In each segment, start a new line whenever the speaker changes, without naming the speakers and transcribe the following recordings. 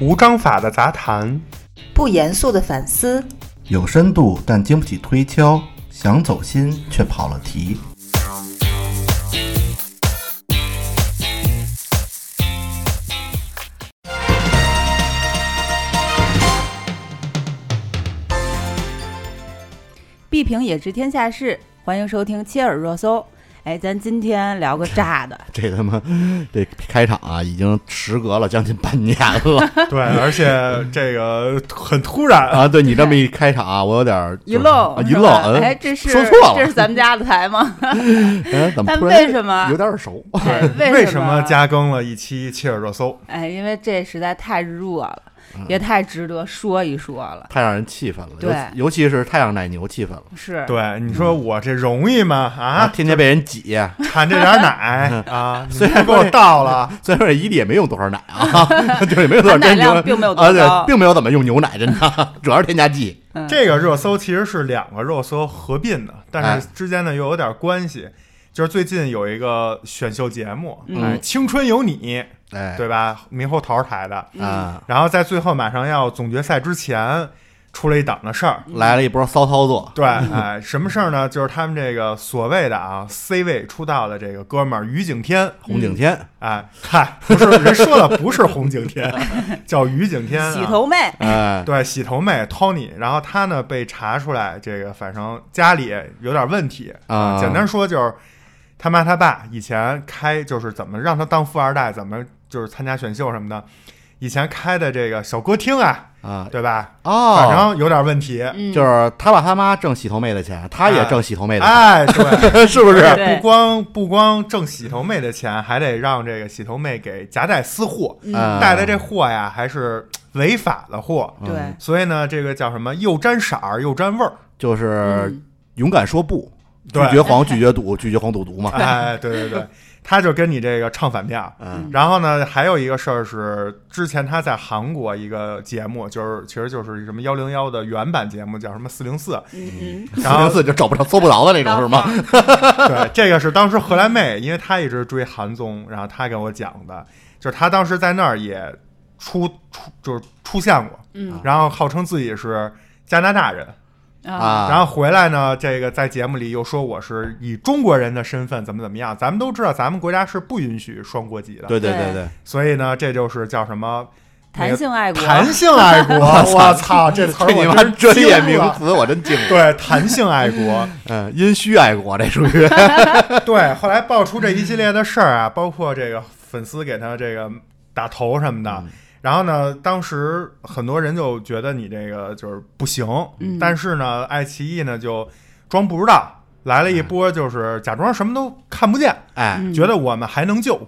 无章法的杂谈，
不严肃的反思，
有深度但经不起推敲，想走心却跑了题。
必评也知天下事，欢迎收听切耳热搜。哎，咱今天聊个 炸的，
这他妈这开场啊，已经时隔了将近半年 了
对，而且这个很突然 啊，
啊！对你这么一开场啊，我有点 儿
一愣
啊一
是吧
愣嗯
哎，这是
说错了
这是咱们家的台 吗？
哎，怎么
但
突然
为什么
有点耳熟？
哎
对， 为
为
什么加更了一期切尔热搜？
哎，因为这实在太热了，
嗯
也太值得说一说了。
太让人气愤了，
对
尤尤其是太阳奶牛气愤了
是，
对，你说我这容易吗？啊，
天天被人挤，
馋这点奶啊，你
嗯虽然
们给我倒了，
虽然说这伊利也没用多少奶 啊，就是也没有多少
含奶
真牛
量并没有
啊，
多
对，
高。
并没有怎么用牛奶，真的， 主要是添加剂。
嗯
这个热搜其实是两个热搜合并的，但是之间呢又有点关系。就是最近有一个选秀节目，
嗯
哎，《青春有你》，
哎，
对吧？猕猴桃台的，
啊，
然后在最后马上要总决赛之前，出了一档子事儿。
来了一波骚操作，
对，哎，什么事儿呢？就是他们这个所谓的啊 C 位出道的这个哥们儿于景天，
红景天，
哎，嗨，不是人说了不是洪景天， 叫于景天、啊，
洗头妹，
哎，
对洗头妹 Tony，然后他呢被查出来这个反正家里有点问题
啊
简单说就是他妈他爸以前开就是怎么让他当富二代，怎么就是参加选秀什么的，以前开的这个小歌厅啊，
啊，
对吧？
哦，
反正有点问题，
嗯
就是他爸他妈挣洗头妹的钱，他也挣洗头妹的钱，
哎，对。
是不是？
对
不光不光挣洗头妹的钱，还得让这个洗头妹给夹带私货，
嗯
带的这货呀还是嘖违法的货，
对，
所以呢，这个叫什么又沾色儿又沾味儿，
就是勇敢说不，拒
嗯对
绝黄，拒绝赌， 拒绝黄赌毒嘛。
哎，对对对，他就跟你这个唱反面儿。
嗯
然后呢，还有一个事儿是，之前他在韩国一个节目，就是其实就是什么幺零幺的原版节目，叫什么四零四。
嗯嗯，
四零四就找不着、搜不着的那种是吗？
对，这个是当时荷兰妹，因为她一直追韩综，然后她给我讲的，就是她当时在那儿也出出就是出现过，
嗯，
然后号称自己是加拿大人，
啊，
啊，
然后回来呢，这个在节目里又说我是以中国人的身份怎么怎么样，咱们都知道咱们国家是不允许双国籍的，
对对
对
对，
所以呢，这就是叫什么
弹性爱国，
弹性爱 国，我操，这词儿
这你
我
妈
真
专
惊
业
了
名词我真敬。
对弹性爱 国，
嗯，殷墟爱国这属于
对，后来爆出这一系列的事儿啊，包括这个粉丝给他这个打头什么的。
嗯
然后呢，当时很多人就觉得你这个就是不行，
嗯
但是呢，爱奇艺呢就装不知道，来了一
嗯
波就是假装什么都看不见，
哎，
嗯
觉得我们还能救，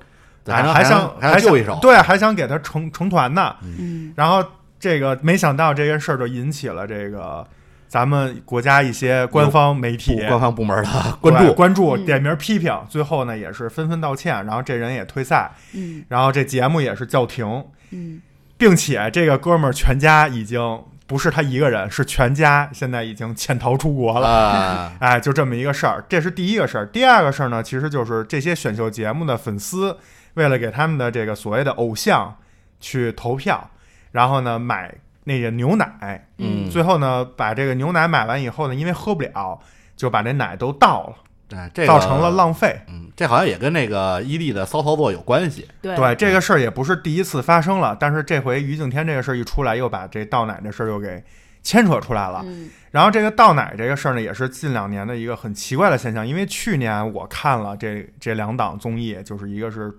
对
哎
还能
还
还能
还
救
想
一手
对，还想给他成成团呢。
嗯
然后这个没想到这件事儿就引起了这个咱们国家一些官方媒体
不官方部门的
对
关注，
关注，
嗯
点名批评，最后呢也是纷纷道歉，然后这人也退赛，
嗯
然后这节目也是叫停，
嗯，
并且这个哥们儿全家已经不是他一个人，是全家现在已经潜逃出国了。
啊，
哎，就这么一个事儿，这是第一个事儿。第二个事儿呢，其实就是这些选秀节目的粉丝，为了给他们的这个所谓的偶像去投票，然后呢买那个牛奶，
嗯，
最后呢把这个牛奶买完以后呢，因为喝不了，就把这奶都倒了，
哎这个
造成了浪费。
嗯，这好像也跟那个伊利的骚操作有关系。
对
对这个事儿也不是第一次发生了，但是这回于景天这个事儿一出来，又把这倒奶这事儿又给牵扯出来了。
嗯
然后这个倒奶这个事儿呢，也是近两年的一个很奇怪的现象，因为去年我看了这这两档综艺，就是一个是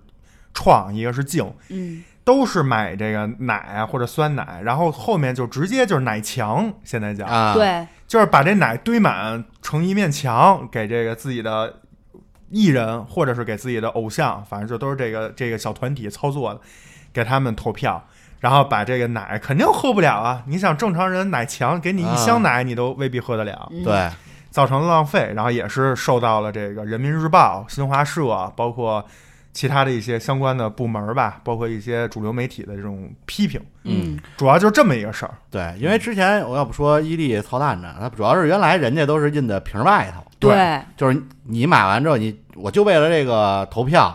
创，一个是净，
嗯
都是买这个奶啊或者酸奶，然后后面就直接就是奶墙，现在讲
啊，，
对，
就是把这奶堆满成一面墙，给这个自己的艺人或者是给自己的偶像，反正就都是这个这个小团体操作的，给他们投票，然后把这个奶肯定喝不了啊！你想正常人奶墙给
啊
你一箱奶，你都未必喝得了，
嗯
对，
造成了浪费，然后也是受到了这个人民日报、新华社，包括其他的一些相关的部门吧，包括一些主流媒体的这种批评，
嗯
主要就是这么一个事儿。
对，因为之前我要不说伊利操蛋呢，它主要是原来人家都是印的瓶外头，
对
对，
就是你买完之后，你我就为了这个投票，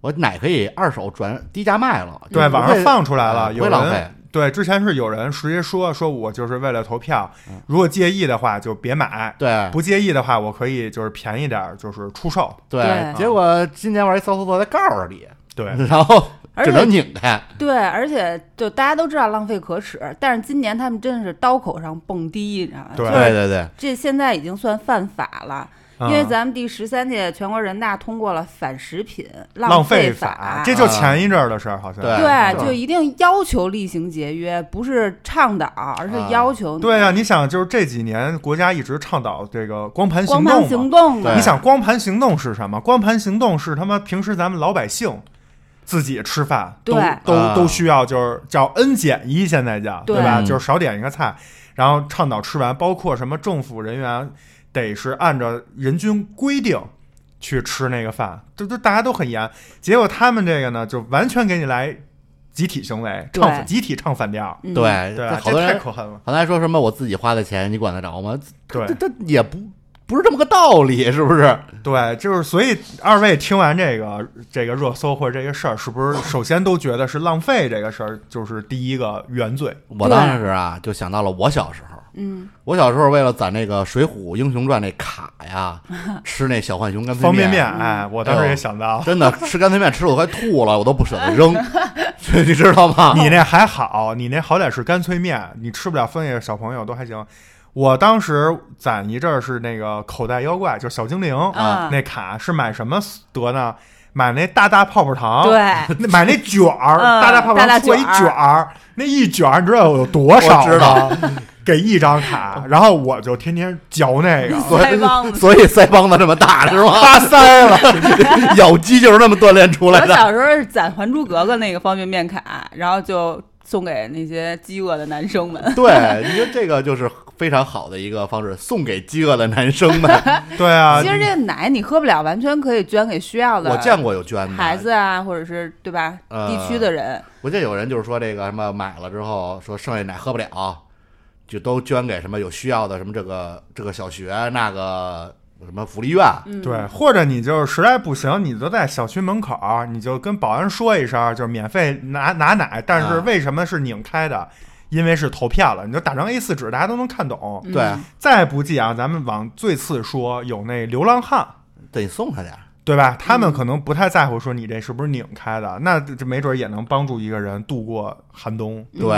我奶可以二手转低价卖了，
对，
就不
网
会哎
上放出来了，
不
有
会浪
人
费。
对，之前是有人直接说说我就是为了投票，
嗯
如果介意的话就别买，
对
不介意的话我可以就是便宜点儿，就是出售。
对
结果今年玩一搜搜搜在告诉你，
对，
然后
而
只
且
能拧开，
对，而且就大家都知道浪费可耻，但是今年他们真是刀口上蹦迪，你知道吗？
对
就是
对对，
这现在已经算犯法了，
嗯
因为咱们第十三届全国人大通过了反食品
嗯
浪
浪费
法，
这就前一阵儿的事儿，好像
对
对，
对
就一定要求厉行节约，不是倡导，而是要求你。
对啊，你想，就是这几年国家一直倡导这个光盘
光
行
盘
动
行
嘛。
动嘛
对
你想，光盘行动是什么？光盘行动是他妈平时咱们老百姓自己吃饭都
对
都
啊
都需要，就是叫 n 减一，现在叫
对
吧？
嗯
就是少点一个菜，然后倡导吃完，包括什么政府人员得是按照人均规定去吃那个饭，这都大家都很严。结果他们这个呢，就完全给你来集体行为，
对
唱集体唱反调，
嗯
对
对啊，这
好多
太
人
可恨了。
好多人说什么我自己花的钱，你管得着吗？
对
这，这这也不不是这么个道理，是不是？
对，就是所以二位听完这个这个热搜或者这个事儿，是不是首先都觉得是浪费这个事儿就是第一个原罪？
我当时啊就想到了我小时候，
嗯，
我小时候为了攒那个《水浒英雄传》那卡 呀，吃那小浣熊干脆
方便面，
面，
哎，我当时也想到，
真的吃干脆面吃的我快吐了，我都不舍得 扔，这你知道
啊
吗？
你那还好，你那好歹是干脆面，你吃不了分也小朋友都还行。我当时攒一阵儿是那个口袋妖怪，就是小精灵、
啊
那卡是买什么得呢？买那大大泡泡糖，
对，
那买那卷儿，
嗯
大大泡
大大
泡做一
卷儿。
卷儿，那一卷儿你知道有多少吗
我知道，
给一张卡，然后我就天天嚼那个
腮帮子。
所以腮帮子这么大是吗？发腮了，咬肌就是那么锻炼出
我
来的。
小时候是攒《还珠格格》那个方便面卡，然后就送给那些饥饿的男生们。
对，你说这个就是非常好的一个方式，送给饥饿的男生 们。
对啊
其，实这个奶你喝不了，完全可以捐给需要的
我见过有捐的
孩子啊，或者是对吧，
呃
地区的人。
我见有人就是说这个什么买了之后说剩下奶喝不了，就都捐给什么有需要的什么这个这个小学那个什么福利院。
嗯，
对，或者你就是实在不行，你就在小区门口儿，你就跟保安说一声，就是免费拿拿奶，但是
啊
为什么是拧开的？因为是投票了，你就打张 A 4纸，大家都能看懂。
对，
再不济啊，咱们往最次说，有那流浪汉，
得送他点儿。
对吧？他们可能不太在乎说你这是不是拧开的，那这没准儿也能帮助一个人度过寒冬。
对，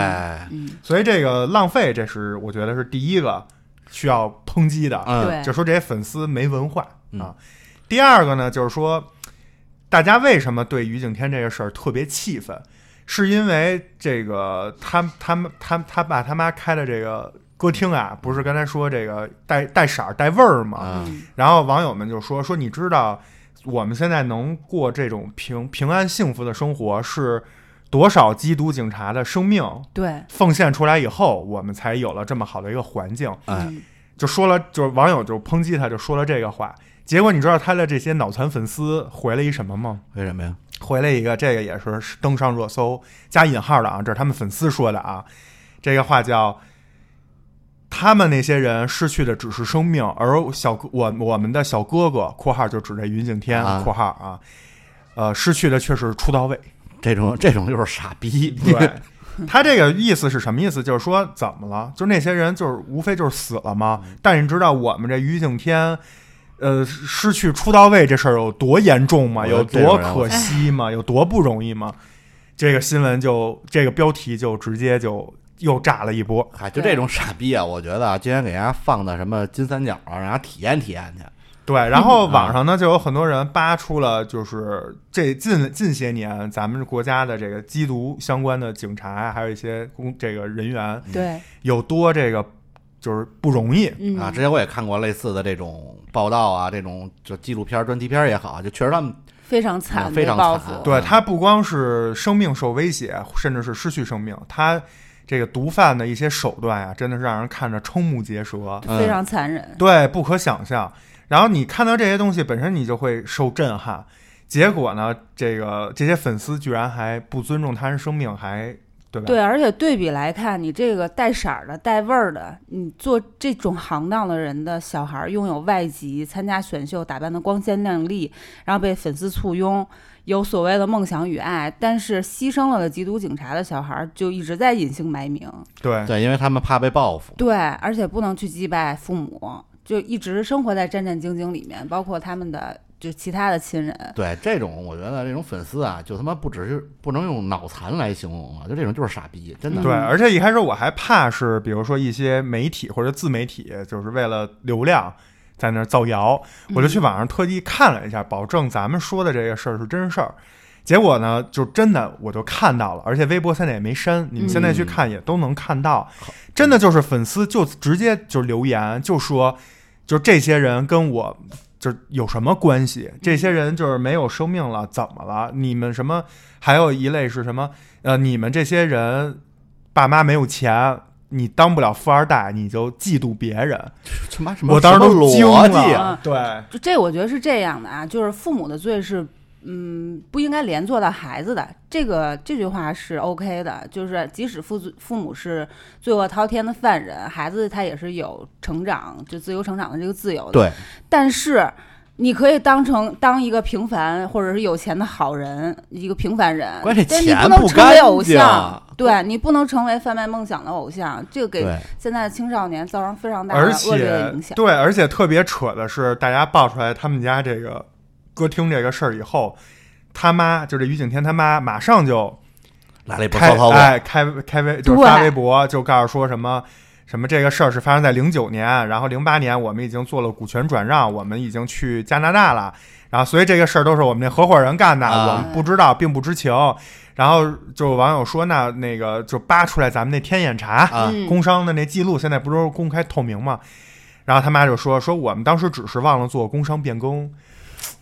嗯，
所以这个浪费，这是我觉得是第一个需要抨击的，
嗯，
对，
就说这些粉丝没文化
嗯
啊。第二个呢，就是说大家为什么对于景天这个事儿特别气愤，是因为这个他他们他他爸他妈开的这个歌厅啊，不是刚才说这个带带色儿带味儿吗？
啊
嗯
然后网友们就说说你知道我们现在能过这种平平安幸福的生活是多少缉毒警察的生命
对，
哎
奉献出来以后，我们才有了这么好的一个环境。
哎，
嗯
就说了，就是网友就抨击他，就说了这个话。结果你知道他的这些脑残粉丝回了一什么吗？
为什么呀？
回了一个，这个也是登上热搜加引号的啊，这是他们粉丝说的啊。这个话叫“他们那些人失去的只是生命，而小哥我我们的小哥哥（括号就指这云景天）（
啊
括号啊）呃，失去的却是出道位。
这种这种就是傻逼。
对，他这个意思是什么意思？就是说怎么了？就是那些人就是无非就是死了吗？
嗯
但是你知道我们这于景天，呃，失去出道位这事儿有多严重吗？
我哎
有
这种
多
人
可惜吗？有多不容易吗？这个新闻就这个标题就直接就又炸了一波。
嗨，哎就这种傻逼啊！我觉得啊，今天给人家放的什么金三角啊，让人家体验体验去。嗯
对，然后网上呢就有很多人扒出了，就是这近近些年咱们国家的这个缉毒相关的警察啊，还有一些公这个人员
嗯啊
对，
有多这个就是不容易，
嗯
啊，之前我也看过类似的这种报道啊，这种就纪录片儿、专题片儿也好，就确实他们
非常惨，
嗯非常
报
惨
复。
对
嗯
他不光是生命受威胁，甚至是失去生命，他这个毒贩的一些手段呀、真的是让人看着瞠目结舌，
嗯
非常残忍。
对，不可想象。然后你看到这些东西本身，你就会受震撼。结果呢，这个这些粉丝居然还不尊重他人生命，还对吧？
对，而且对比来看，你这个带色儿的、带味儿的，你做这种行当的人的小孩，儿，拥有外籍，参加选秀，打扮的光鲜亮丽，然后被粉丝簇拥，有所谓的梦想与爱，但是牺牲了的缉毒警察的小孩，儿就一直在隐姓埋名，
对
对，因为他们怕被报复。
对，而且不能去击败父母，就一直生活在战战兢兢里面，包括他们的就其他的亲人，
对这种，我觉得这种粉丝啊，就他妈不只是不能用脑残来形容啊了，就这种就是傻逼，真的。
嗯对，而且一开始我还怕是，比如说一些媒体或者自媒体，就是为了流量在那儿造谣，我
嗯
就去网上特地看了一下，保证咱们说的这个事儿是真事儿。结果呢，就真的我就看到了，而且微博现在也没删，你们现在去看也都能看到，
嗯
真的就是粉丝就直接就留言就说，就这些人跟我就是有什么关系？这些人就是没有生命了，怎么了？你们什么？还有一类是什么？呃，你们这些人爸妈没有钱，你当不了富二代，你就嫉妒别人。
他妈什么？
我当时
什
都
么
惊
逻辑啊，
了。对，
就这，我觉得是这样的啊，就是父母的罪是，嗯，不应该连坐到孩子的。这个这句话是 OK 的，就是即使父父母是罪恶滔天的犯人，孩子他也是有成长，就自由成长的这个自由的。
对，
但是你可以当成当一个平凡或者是有钱的好人，一个平凡人，
关键
但你
钱
不能
不
成为
干
偶
净
像，对你不能成为贩卖梦想的偶像，这个给
对
现在的青少年造成非常大的
而
恶劣的
且
影响。
对，而且特别扯的是，大家爆出来他们家这个歌厅这个事儿以后，他妈就这于景天他妈马上就
来了一波
开
骚操作。
哎开开微就是
对
发微博，就告诉说什么。什么这个事儿是发生在零九年，然后零八年我们已经做了股权转让，我们已经去加拿大了，然后所以这个事儿都是我们那合伙人干的，
啊
我们不知道，并不知情。然后就有网友说那那个就扒出来咱们那天眼查，
啊，，
嗯
工商的那记录现在不都是公开透明吗？然后他妈就说说我们当时只是忘了做工商变更，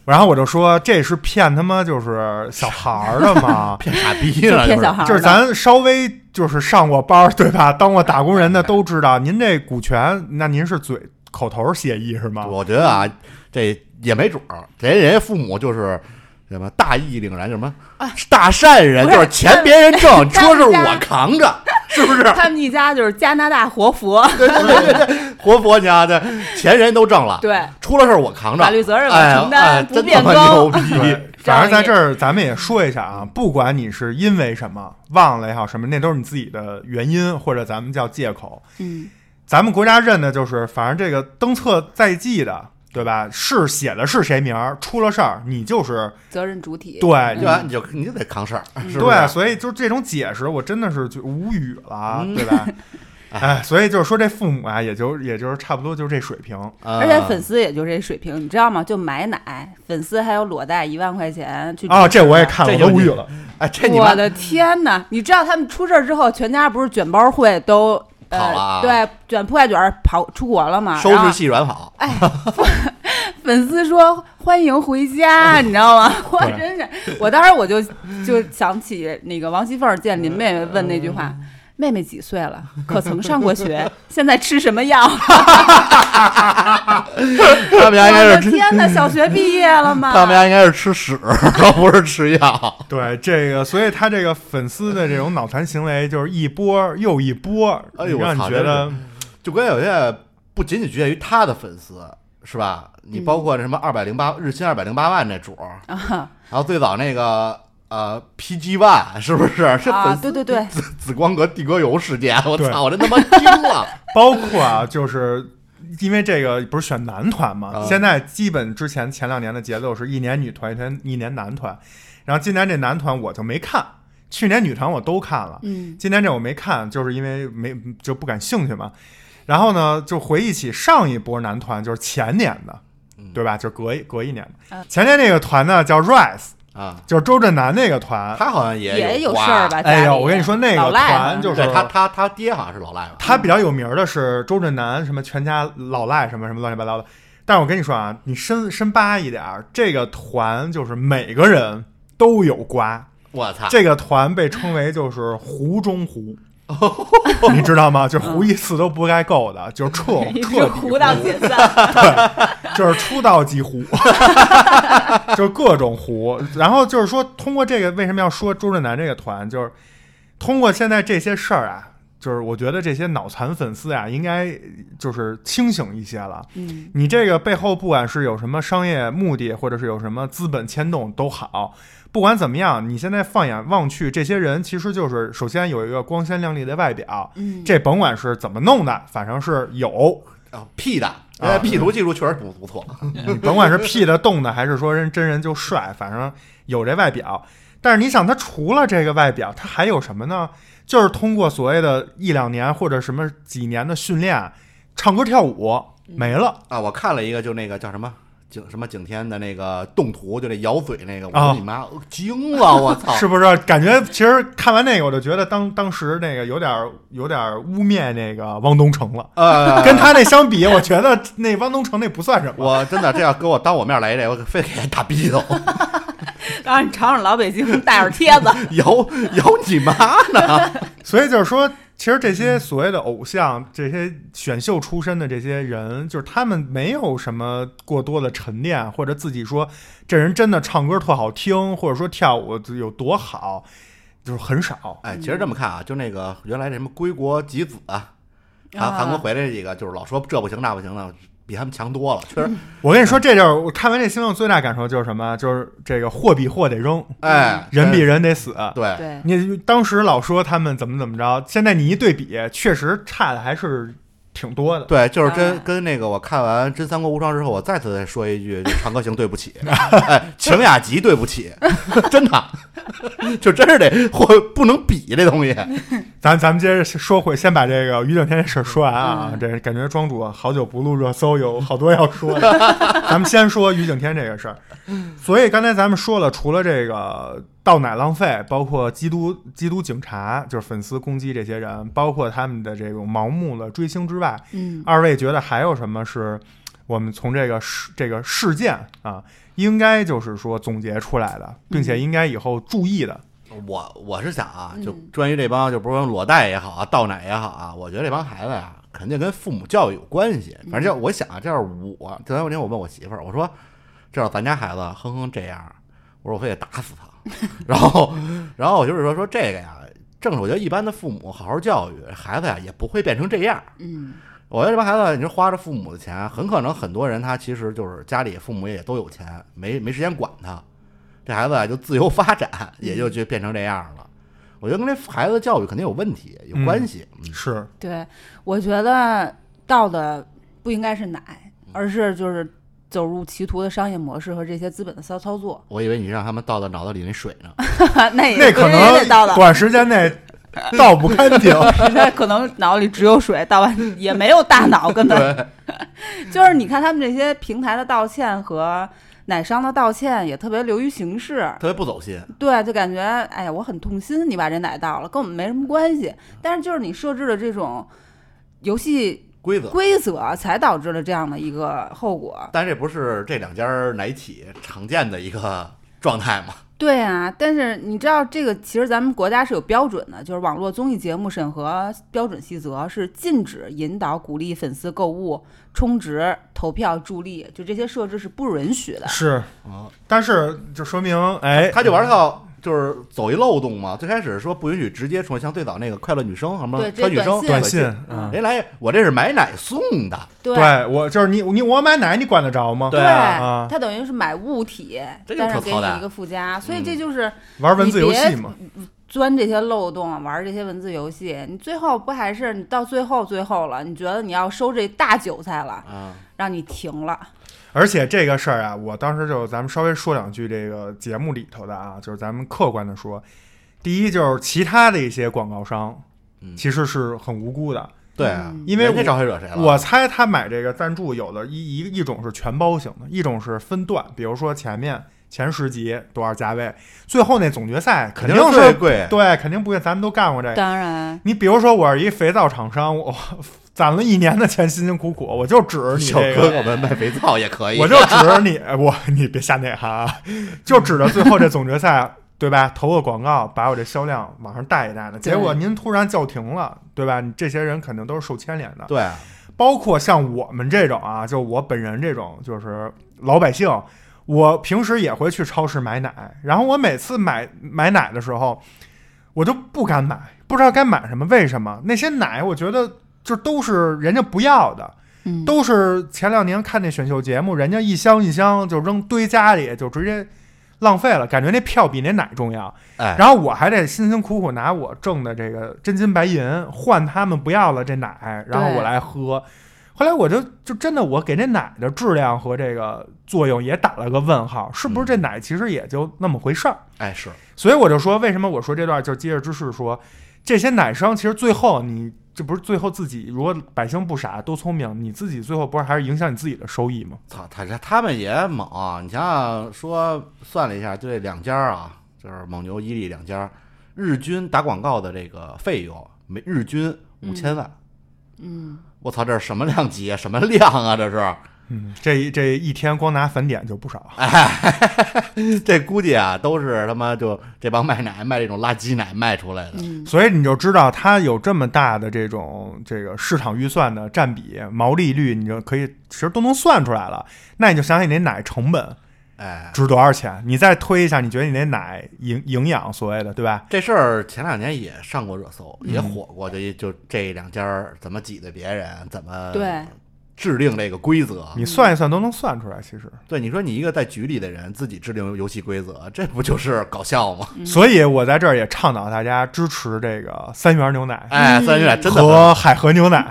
然后我就说这是骗他妈就是 小孩儿的嘛
骗傻逼
就
了，
骗
是
小孩儿
就是
的
咱稍微就是上过班儿对吧？当过打工人的都知道，您这股权那您是嘴口头协议是吗？
我觉得啊，这也没准儿，人人家父母就是什么大义凛然，什么大善人，
啊不
就是是钱别人挣，
他
车是
他
我扛着，是不是？
他们一家就是加拿大活佛，
对对对对对，活佛家的钱人都挣了，
对，
出了事儿我扛着，
法律责任我
哎
承担
哎
不
真他
变
妈牛
更
逼
对，反正在这儿咱们也说一下啊，不管你是因为什么忘了也好，什么那都是你自己的原因，或者咱们叫借口。
嗯，
咱们国家认的就是，反正这个登册在即的，对吧？是写的是谁名儿，出了事儿你就是
责任主体。嗯
对，
对吧？你就你就得扛事儿，是啊不是？
对，所以就这种解释，我真的是就无语了，
嗯
对 吧？哎，所以就是说这父母啊，也就也就是差不多就是这水平，
啊
而且粉丝也就这水平，你知道吗？就买奶，粉丝还有裸贷一万块钱去
啊，这我也看了，
这
我
就
都无
你
语了。
哎，这你
我
妈
的天哪！你知道他们出事儿之后，全家不是卷包会都呃
跑了啊
对，卷铺盖卷儿跑出国了嘛？
收
然后
拾细软跑，
哎粉丝说欢迎回 家，你知道吗？我
对
真是，我当时我就就想起那个王熙凤见林妹妹问那句话。
嗯
妹妹几岁了？可曾上过学？ 现在吃什么 药？
他们家应
我
该
的
是吃，
天哪，小学毕业了吗？
他们家应该是吃屎， 不是吃药。
对这个，所以他这个粉丝的这种脑残行为，就是一波又一波，
哎呦我
让你
操
觉得
就关键有些不仅仅局限于他的粉丝，是吧？你包括那什么二百零八日薪二百零八万那主儿，
嗯啊
然后最早那个呃 PG One 是不是？是
啊
粉，丝
对 对对，
紫紫光阁地沟油事件，我
对
操，我真他妈惊了！
包括啊，就是因为这个不是选男团嘛，
啊
嗯
现在基本之前前两年的节奏是一年女团，一年一年男团，然后今年这男团我就没看，去年女团我都看了，
嗯，
今年这我没看，就是因为没就不感兴趣嘛。然后呢，就回忆起上一波男团，就是前年的，对吧？就隔一隔一年的
嗯
前年那个团呢叫 Rise，
啊，
就是周震南那个团。
他好像
也
有
有
瓜
事儿吧？家
哎呦，
里
我跟你说，那
老
个
赖啊
团
嘛
就是
对他，他他爹好像是老赖吧？
他比较有名儿的是周震南，什么全家老赖，什么什么乱七八糟的。但是我跟你说啊，你深深扒一点儿，这个团就是每个人都有瓜。
我操，
这个团被称为就是湖中湖，你知道吗？就是湖一次都不该够的，就是彻
一直
彻底
胡到 解散。
就是出道即糊， 就是各种糊。然后就是说，通过这个为什么要说周震南这个团，就是通过现在这些事儿啊，就是我觉得这些脑残粉丝啊，应该就是清醒一些了。
嗯，
你这个背后不管是有什么商业目的，或者是有什么资本牵动都好，不管怎么样，你现在放眼望去，这些人其实就是首先有一个光鲜亮丽的外表，
嗯
这甭管是怎么弄的，反正是有，
啊，P 的，现在 P 图技术确实不不错，
你 甭管是 P 的、动的，还是说人真人就帅，反正有这外表。但是你想，他除了这个外表，他还有什么呢？就是通过所谓的一两年或者什么几年的训练，唱歌跳舞没了。
啊，我看了一个，就那个叫什么景什么景天的那个动图，就那咬嘴那个，我
啊
说你妈、呃惊了，我操！
是不是？感觉其实看完那个，我就觉得当当时那个有点儿有点儿污蔑那个汪东城了。
呃，
跟他那相比，我觉得那汪东城那不算什么。
我真的这要跟我当我面来一这，我非得给他打逼斗，
然后你尝尝老北京大耳贴子，
咬咬你妈呢！
所以就是说，其实这些所谓的偶像，这些选秀出身的这些人，就是他们没有什么过多的沉淀，或者自己说这人真的唱歌特好听，或者说跳舞有多好，就是很少。
哎，其实这么看啊，就那个原来那什么归国吉子啊，韩韩国回来这几个，就是老说这不行那不行的，比他们强多了，确实，
我跟你说，这就是我看完这新闻最大感受就是什么？就是这个货比货得扔，
哎，
嗯人比
真
人得死。
对。
对，
你当时老说他们怎么怎么着，现在你一对比，确实差的还是挺多的。
对，就是真
哎
跟那个我看完《真三国无双》之后，我再次说一 句，就《长歌行》对不起，哎，程雅集对不起， 真的，就真是得或不能比这东西。
咱咱们接着说回，先把这个于正天这事儿说完啊。
嗯
这感觉庄主好久不录热搜，有好多要说的。咱们先说于景天这个事儿。所以刚才咱们说了，除了这个倒奶浪费，包括缉毒缉毒警察，就是粉丝攻击这些人，包括他们的这种盲目的追星之外，
嗯
二位觉得还有什么是我们从这个事这个事件啊，应该就是说总结出来的，并且应该以后注意的？
我我是想啊，就
嗯
关于这帮就不是裸贷也好啊，倒奶也好啊，我觉得这帮孩子呀、肯定跟父母教育有关系。反正就我想啊，这要是我，这两天我问我媳妇儿，我说，这要是咱家孩子哼哼这样，我说我非得打死他。 然后，然后我就是说说这个呀，正是我觉得一般的父母好好教育孩子呀，也不会变成这样。
嗯
我觉得这帮孩子，你说花着父母的钱，很可能很多人他其实就是家里父母也都有钱，没没时间管他，这孩子啊就自由发展，也就就变成这样了。我觉得跟这孩子教育肯定有问题，有关系。嗯
是，
对，我觉得倒的不应该是奶，而是就是走入歧途的商业模式和这些资本的骚操作。
我以为你让他们倒到脑子里那水呢，
那也
那可
也得倒
能
的，
短时间内倒不干净。
那可能脑里只有水，倒完也没有大脑，根本。就是你看他们这些平台的道歉和奶商的道歉也特别流于形式，
特别不走心。
对，就感觉哎呀，我很痛心，你把这奶倒了，跟我们没什么关系。但是就是你设置的这种游戏
规则，
规则，才导致了这样的一个后果。
但这不是这两家奶企常见的一个状态吗？
对啊，但是你知道这个，其实咱们国家是有标准的，就是网络综艺节目审核标准细则是禁止引导、鼓励粉丝购物、充值、投票、助力，就这些设置是不允许的。
是，
啊，
但是就说明，哎，
他就玩套。就是走一漏洞嘛，最开始说不允许直接冲，像最早那个快乐女生什么
对这
穿女生
短
短
信
信，，
嗯，
人来我这是买奶送的，
对啊
对我就是你你我买奶，你管得着吗？
对
啊
它等于是买物体，
这就
但是
特
给
操
你
蛋嗯
一个附加，所以这就是
玩文字游戏嘛，
钻这些漏洞，啊玩这些文字游戏。你最后不还是你到最后最后了，你觉得你要收这大韭菜了，
啊，
让你停了。
而且这个事儿啊，我当时就咱们稍微说两句这个节目里头的啊，就是咱们客观的说，第一就是其他的一些广告商
嗯
其实是很无辜的，
对啊，
嗯
因为
人家
我
招谁惹谁了？
我猜他买这个赞助有的一一一种是全包型的，一种是分段，比如说前面前十集多少价位，最后那总决赛肯定
最
是
贵，
对，肯定不会，咱们都干过这个。
当然，
你比如说我是一肥皂厂商，我攒了一年的钱，辛辛苦苦，我就指着你
小
这
哥
个。
哥们卖肥皂也可以，
我就指着你，哎我你别瞎内涵啊，就指着最后这总决赛，对吧？投个广告，把我这销量往上带一带呢。结果您突然叫停了，对吧？你这些人肯定都是受牵连的，
对啊，
包括像我们这种啊，就我本人这种，就是老百姓，我平时也会去超市买奶，然后我每次买买奶的时候。我就不敢买，不知道该买什么。为什么那些奶，我觉得就都是人家不要的，
嗯，
都是前两年看那选秀节目，人家一箱一箱就扔堆家里，就直接浪费了，感觉那票比那奶重要。
哎，
然后我还得辛辛苦苦拿我挣的这个真金白银换他们不要了这奶，然后我来喝。后来我就就真的我给这奶的质量和这个作用也打了个问号，是不是这奶其实也就那么回事儿？
哎是，
所以我就说，为什么我说这段就接着芝士说，这些奶商其实最后你这不是最后自己如果百姓不傻都聪明，你自己最后不是还是影响你自己的收益吗？
操，他这他们也猛、你想想说算了一下，就这两家啊，就是蒙牛、伊利两家，日均打广告的这个费用每日均五千万，
嗯，
我操，这是什么量级啊？什么量啊？这是。
嗯，这一这一天光拿返点就不少。
这估计啊，都是他妈就这帮卖奶卖这种垃圾奶卖出来的。
嗯
所以你就知道它有这么大的这种这个市场预算的占比、毛利率，你就可以其实都能算出来了。那你就想想你那奶成本
哎，
值多少钱，你再推一下，你觉得你那奶营营养所谓的对吧？
这事儿前两年也上过热搜，也
嗯
火过，就就这两家儿怎么挤兑别人，怎么
对，
制定这个规则。啊
你算一算都能算出来，其实。
对，你说你一个在局里的人自己制定游戏规则，这不就是搞笑吗？
所以我在这儿也倡导大家支持这个三元牛
嗯
奶
哎，三元奶真的很
和海河牛奶，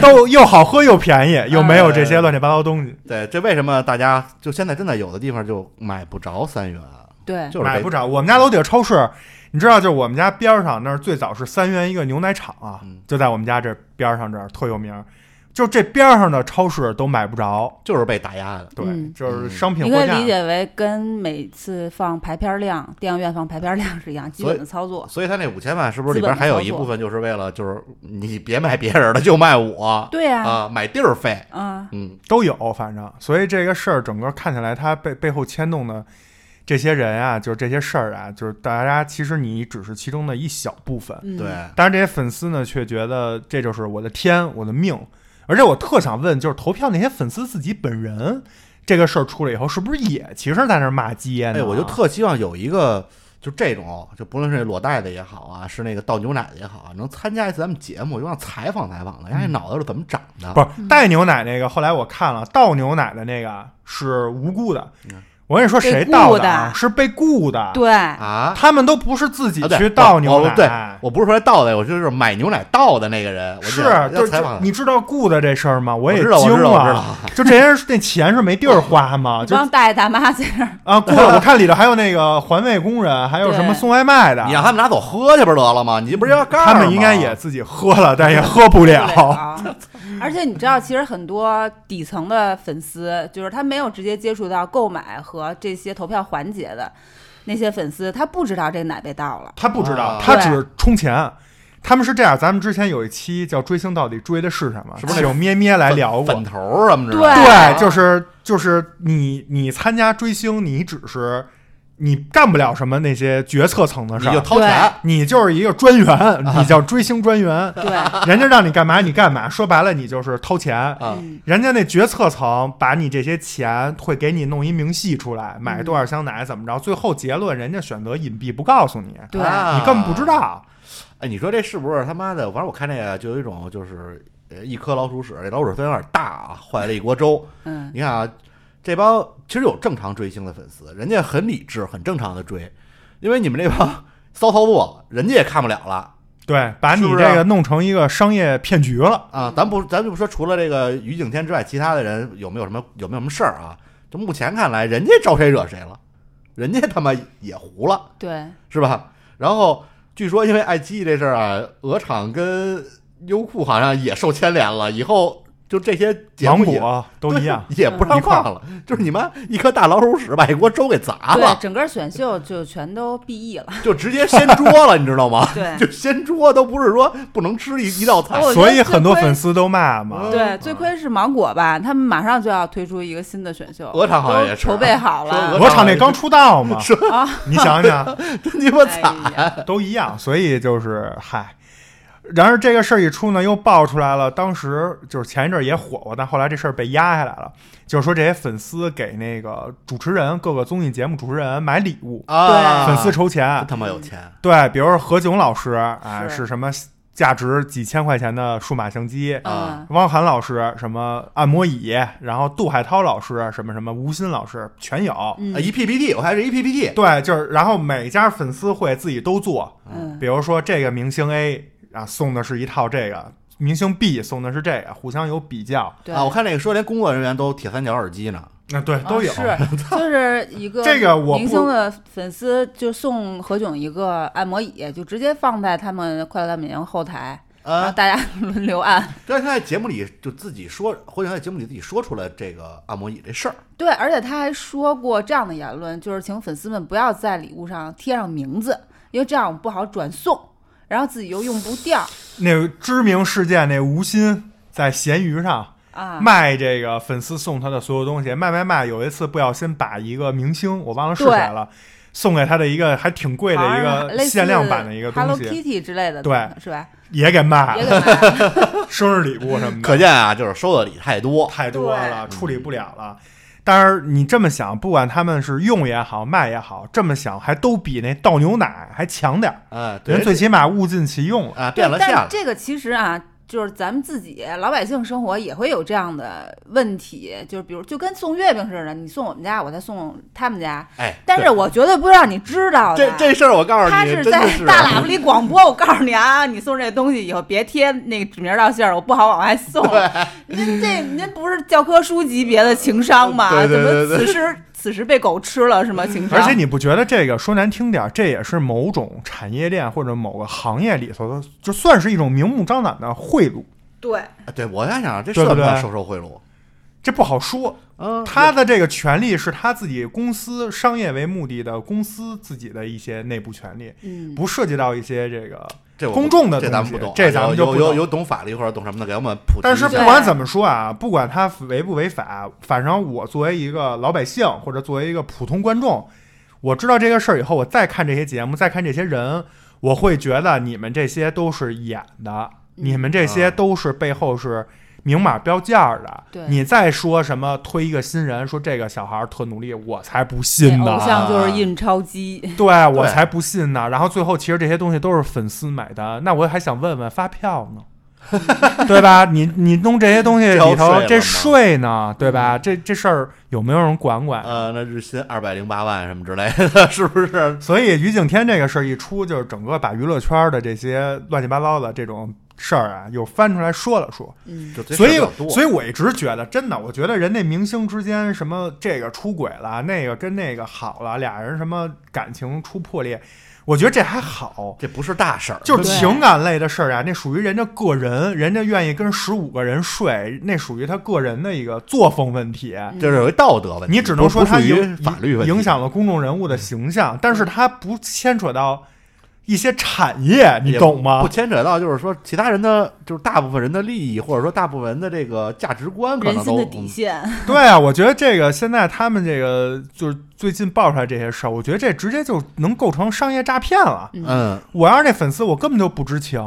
都又好喝又便宜，又没有这些乱七八糟东西，
对，这为什么大家就现在真的有的地方就买不着三元，啊
对，
就是
买
这
不着。我们家楼底下超市，你知道，就我们家边儿上那儿最早是三元一个牛奶厂啊
嗯，
就在我们家这边儿上这儿特有名儿，就这边儿上的超市都买不着。
就是被打压的。
对，
嗯
就是商品
你
货
可以
架
理。解为跟每次放排片量，电影院放排片量是一样基本的操作。
所以他啊那五千万是不是里
资本
边还有
操
一
作
部分就是为了就是你别卖别人的，就卖我，
对呀、啊，
啊，买地儿费，嗯，
都有，反正，所以这个事儿整个看起来，它背背后牵动的这些人啊，就是这些事儿啊，就是大家其实你只是其中的一小部分，
嗯，
对，啊
但是这些粉丝呢，却觉得这就是我的天，我的命。而且我特想问，就是投票那些粉丝自己本人，这个事儿出来以后，是不是也其实在那儿骂街呢？
哎，我就特希望有一个就这种，就不论是裸贷的也好啊，是那个倒牛奶的也好啊，能参加一次咱们节目，就让采访采访的，人家脑袋是怎么长的？
嗯不是带牛奶那个，后来我看了倒牛奶的那个是无辜的。
嗯
我跟你说，谁
被雇
倒啊
的
是被雇的，
对，
啊，
他们都不是自己
啊对
去倒牛
我
奶。
我对我不是说倒的，我就是买牛奶倒的那个人，我
是
就要，
就
要
是
采访他
你知道雇的这事儿吗？
我
也
知道我
惊
知道我知道
了，就这些人那钱是没地儿花吗？
你
就
帮大爷大妈在 那儿，
啊，雇了，我看里头还有那个环卫工人，还有什么
对
送外卖的
你，让他们拿走喝去不是得了吗？你不是要干
他们应该也自己喝了，但也喝不了。
啊。 而且你知道，其实很多底层的粉丝，就是他没有直接接触到购买和这些投票环节的那些粉丝，他不知道这奶被盗了。
他不知道
啊，
他只充钱。他们是这样，咱们之前有一期叫《追星到底追的是什么》，
是不是那
请咩咩来聊过
粉？头什么之类
对
的。啊
对，就是就是你你参加追星，你只是你干不了什么那些决策层的
你
事
就
儿，
掏钱，啊
你就是一个专员，你叫追星专 员，
对，
人家让你干嘛你干嘛，说白了你就是掏钱。
啊
嗯，
人家那决策层把你这些钱会给你弄一明细出来，买
嗯
多少箱奶怎么着，最后结论人家选择隐蔽不告诉你，
对，
啊
你根本不知道。
哎，你说这是不是他妈的？反正我看这个就有一种就是呃一颗老鼠屎，这老鼠屎虽然有点大啊，坏了一锅粥。
嗯，
你看啊，这帮其实有正常追星的粉丝，人家很理智、很正常的追，因为你们这帮骚操作，人家也看不了了
对，把你
是不是
这个弄成一个商业骗局了。
啊。咱不，咱就不说除了这个于景天之外，其他的人有没有什么有没有什么事儿啊？就目前看来，人家招谁惹谁了，人家他妈也糊了。
对，
是吧？然后据说因为爱奇艺这事儿啊，鹅厂跟优酷好像也受牵连了，以后就这些节
芒
目也
果都一样，
对也不
嗯
让
一块儿
放了。就是你妈一颗大老鼠屎把一锅粥给砸
对，
了，
整个选秀就全都 BE 了。
就直接掀桌了，你知道吗？
对
就掀桌都不是说不能吃一一道菜
哦，我觉得
所以
最
很多
亏
粉丝都骂嘛。
对，最亏是芒果吧，他们马上就要推出一个新的选秀，
鹅厂好像也是
都筹备好了
说鹅
我厂那刚出道 嘛，你想想
真鸡巴
哎
惨。
呀
都一样，所以就是嗨。然而这个事儿一出呢，又爆出来了。当时就是前一阵儿也火过，但后来这事儿被压下来了。就是说这些粉丝给那个主持人各个综艺节目主持人买礼物，
啊，
粉丝筹钱
真。他妈有钱，
对，比如说何炅老师，哎，
是
是什么价值几千块钱的数码相机，
啊
嗯，
汪涵老师什么按摩椅，然后杜海涛老师什么什么吴昕老师全有。
嗯
啊一 PPT，我还是一 PPT，
对，就是然后每家粉丝会自己都做，
嗯
比如说这个明星 A 啊送的是一套这个，明星 B 送的是这个，互相有比较。
对
啊，我看那个说连工作人员都铁三角耳机呢，
那、对都有、
啊 是就是一个
这个我不
明星的粉丝就送何炅一个按摩椅，就直接放在他们快乐大本营后台，然后
啊，
大家 轮流按。
但是他在节目里就自己说，或者他在节目里自己说出了这个按摩椅这事儿，
对，而且他还说过这样的言论，就是请粉丝们不要在礼物上贴上名字，因为这样不好转送，然后自己又用不掉
那个知名事件，那吴昕在闲鱼上
啊。
卖这个粉丝送他的所有东西，卖卖卖。有一次不小心把一个明星，我忘了是谁
对
了，送给他的一个还挺贵的一
好像类
个
似
限量版的一个东
Hello
西，
Kitty 之类的，
对，
是吧？
也给
啊
卖
也啊
了，
给卖了
生日礼物什么的。
可见啊，就是收的礼太多，
太多了，处理不了了。但是你这么想，不管他们是用也好，卖也好，这么想还都比那倒牛奶还强点儿，
哎，对
人最起码物尽其用了。
啊
对
变了
但
线
是
了，
这个其实啊，就是咱们自己老百姓生活也会有这样的问题，就是比如就跟送月饼似的，你送我们家，我再送他们家，
哎，
但是我绝对不会让你知道的
这。这事儿我告诉
他
你，
是
真
在
的是啊
大喇叭里广播，我告诉你啊，你送这东西以后别贴那个指名道姓儿，我不好往外送。您这您不是教科书级别的情商吗？
对对对对
怎么此时此时被狗吃了是吗？情
啊
商？
而且你不觉得这个说难听点儿，这也是某种产业链或者某个行业里头的，就算是一种明目张胆的贿赂，
对
啊对我在想这
对
算
不
不算
对
收受贿赂？
这不好说。
嗯，
他的这个权利是他自己公司商业为目的的公司自己的一些内部权利，
嗯，
不涉及到一些这个
这我不
公众的
这
东
咱们
西
不懂啊，
这咱们就
有
不
有有
懂
有懂法律或者懂什么的给我们普及一下。
但是不
对
管怎么说啊，不管他违不违法，反正我作为一个老百姓或者作为一个普通观众，我知道这个事儿以后，我再看这些节目，再看这些人，我会觉得你们这些都是演的，你们这
嗯
些都是背后是明码标价的。
对
你再说什么推一个新人，说这个小孩儿特努力，我才不信
偶
呢。
像
啊
就是印钞机。
对我才不信呢。然后最后其实这些东西都是粉丝买单，那我还想问问发票 呢？对吧？你你弄这些东西里
交税了
头，
吗
这税嗯呢，对吧？这这事儿有没有人管管？
呃，那日薪二百零八万什么之类的， 是不是？
所以于景天这个事儿一出，就是整个把娱乐圈的这些乱七八糟的这种事儿啊，又翻出来说了说。
嗯，
就
所以，所
以
以我一直觉得，真的，我觉得人那明星之间什么这个出轨了，那个跟那个好了，俩人什么感情出破裂，我觉得这还好。
这不是大事儿，
就是
对
情感类的事儿啊，那属于人家个人，人家愿意跟十五个人睡，那属于他个人的一个作风问题。
嗯
就是有一道德问题，
你只能说
不不
他
属于
影
法律问题嗯
影响了公众人物的形象，但是他不牵扯到一些产业，你
也
懂吗
不？牵扯到就是说其他人的，就是大部分人的利益，或者说大部分人的这个价值观，可
人
能
心
都嗯
的底线。
对啊，我觉得这个现在他们这个就是最近爆出来这些事儿，我觉得这直接就能构成商业诈骗了。
嗯，
我要是那粉丝，我根本就不知情，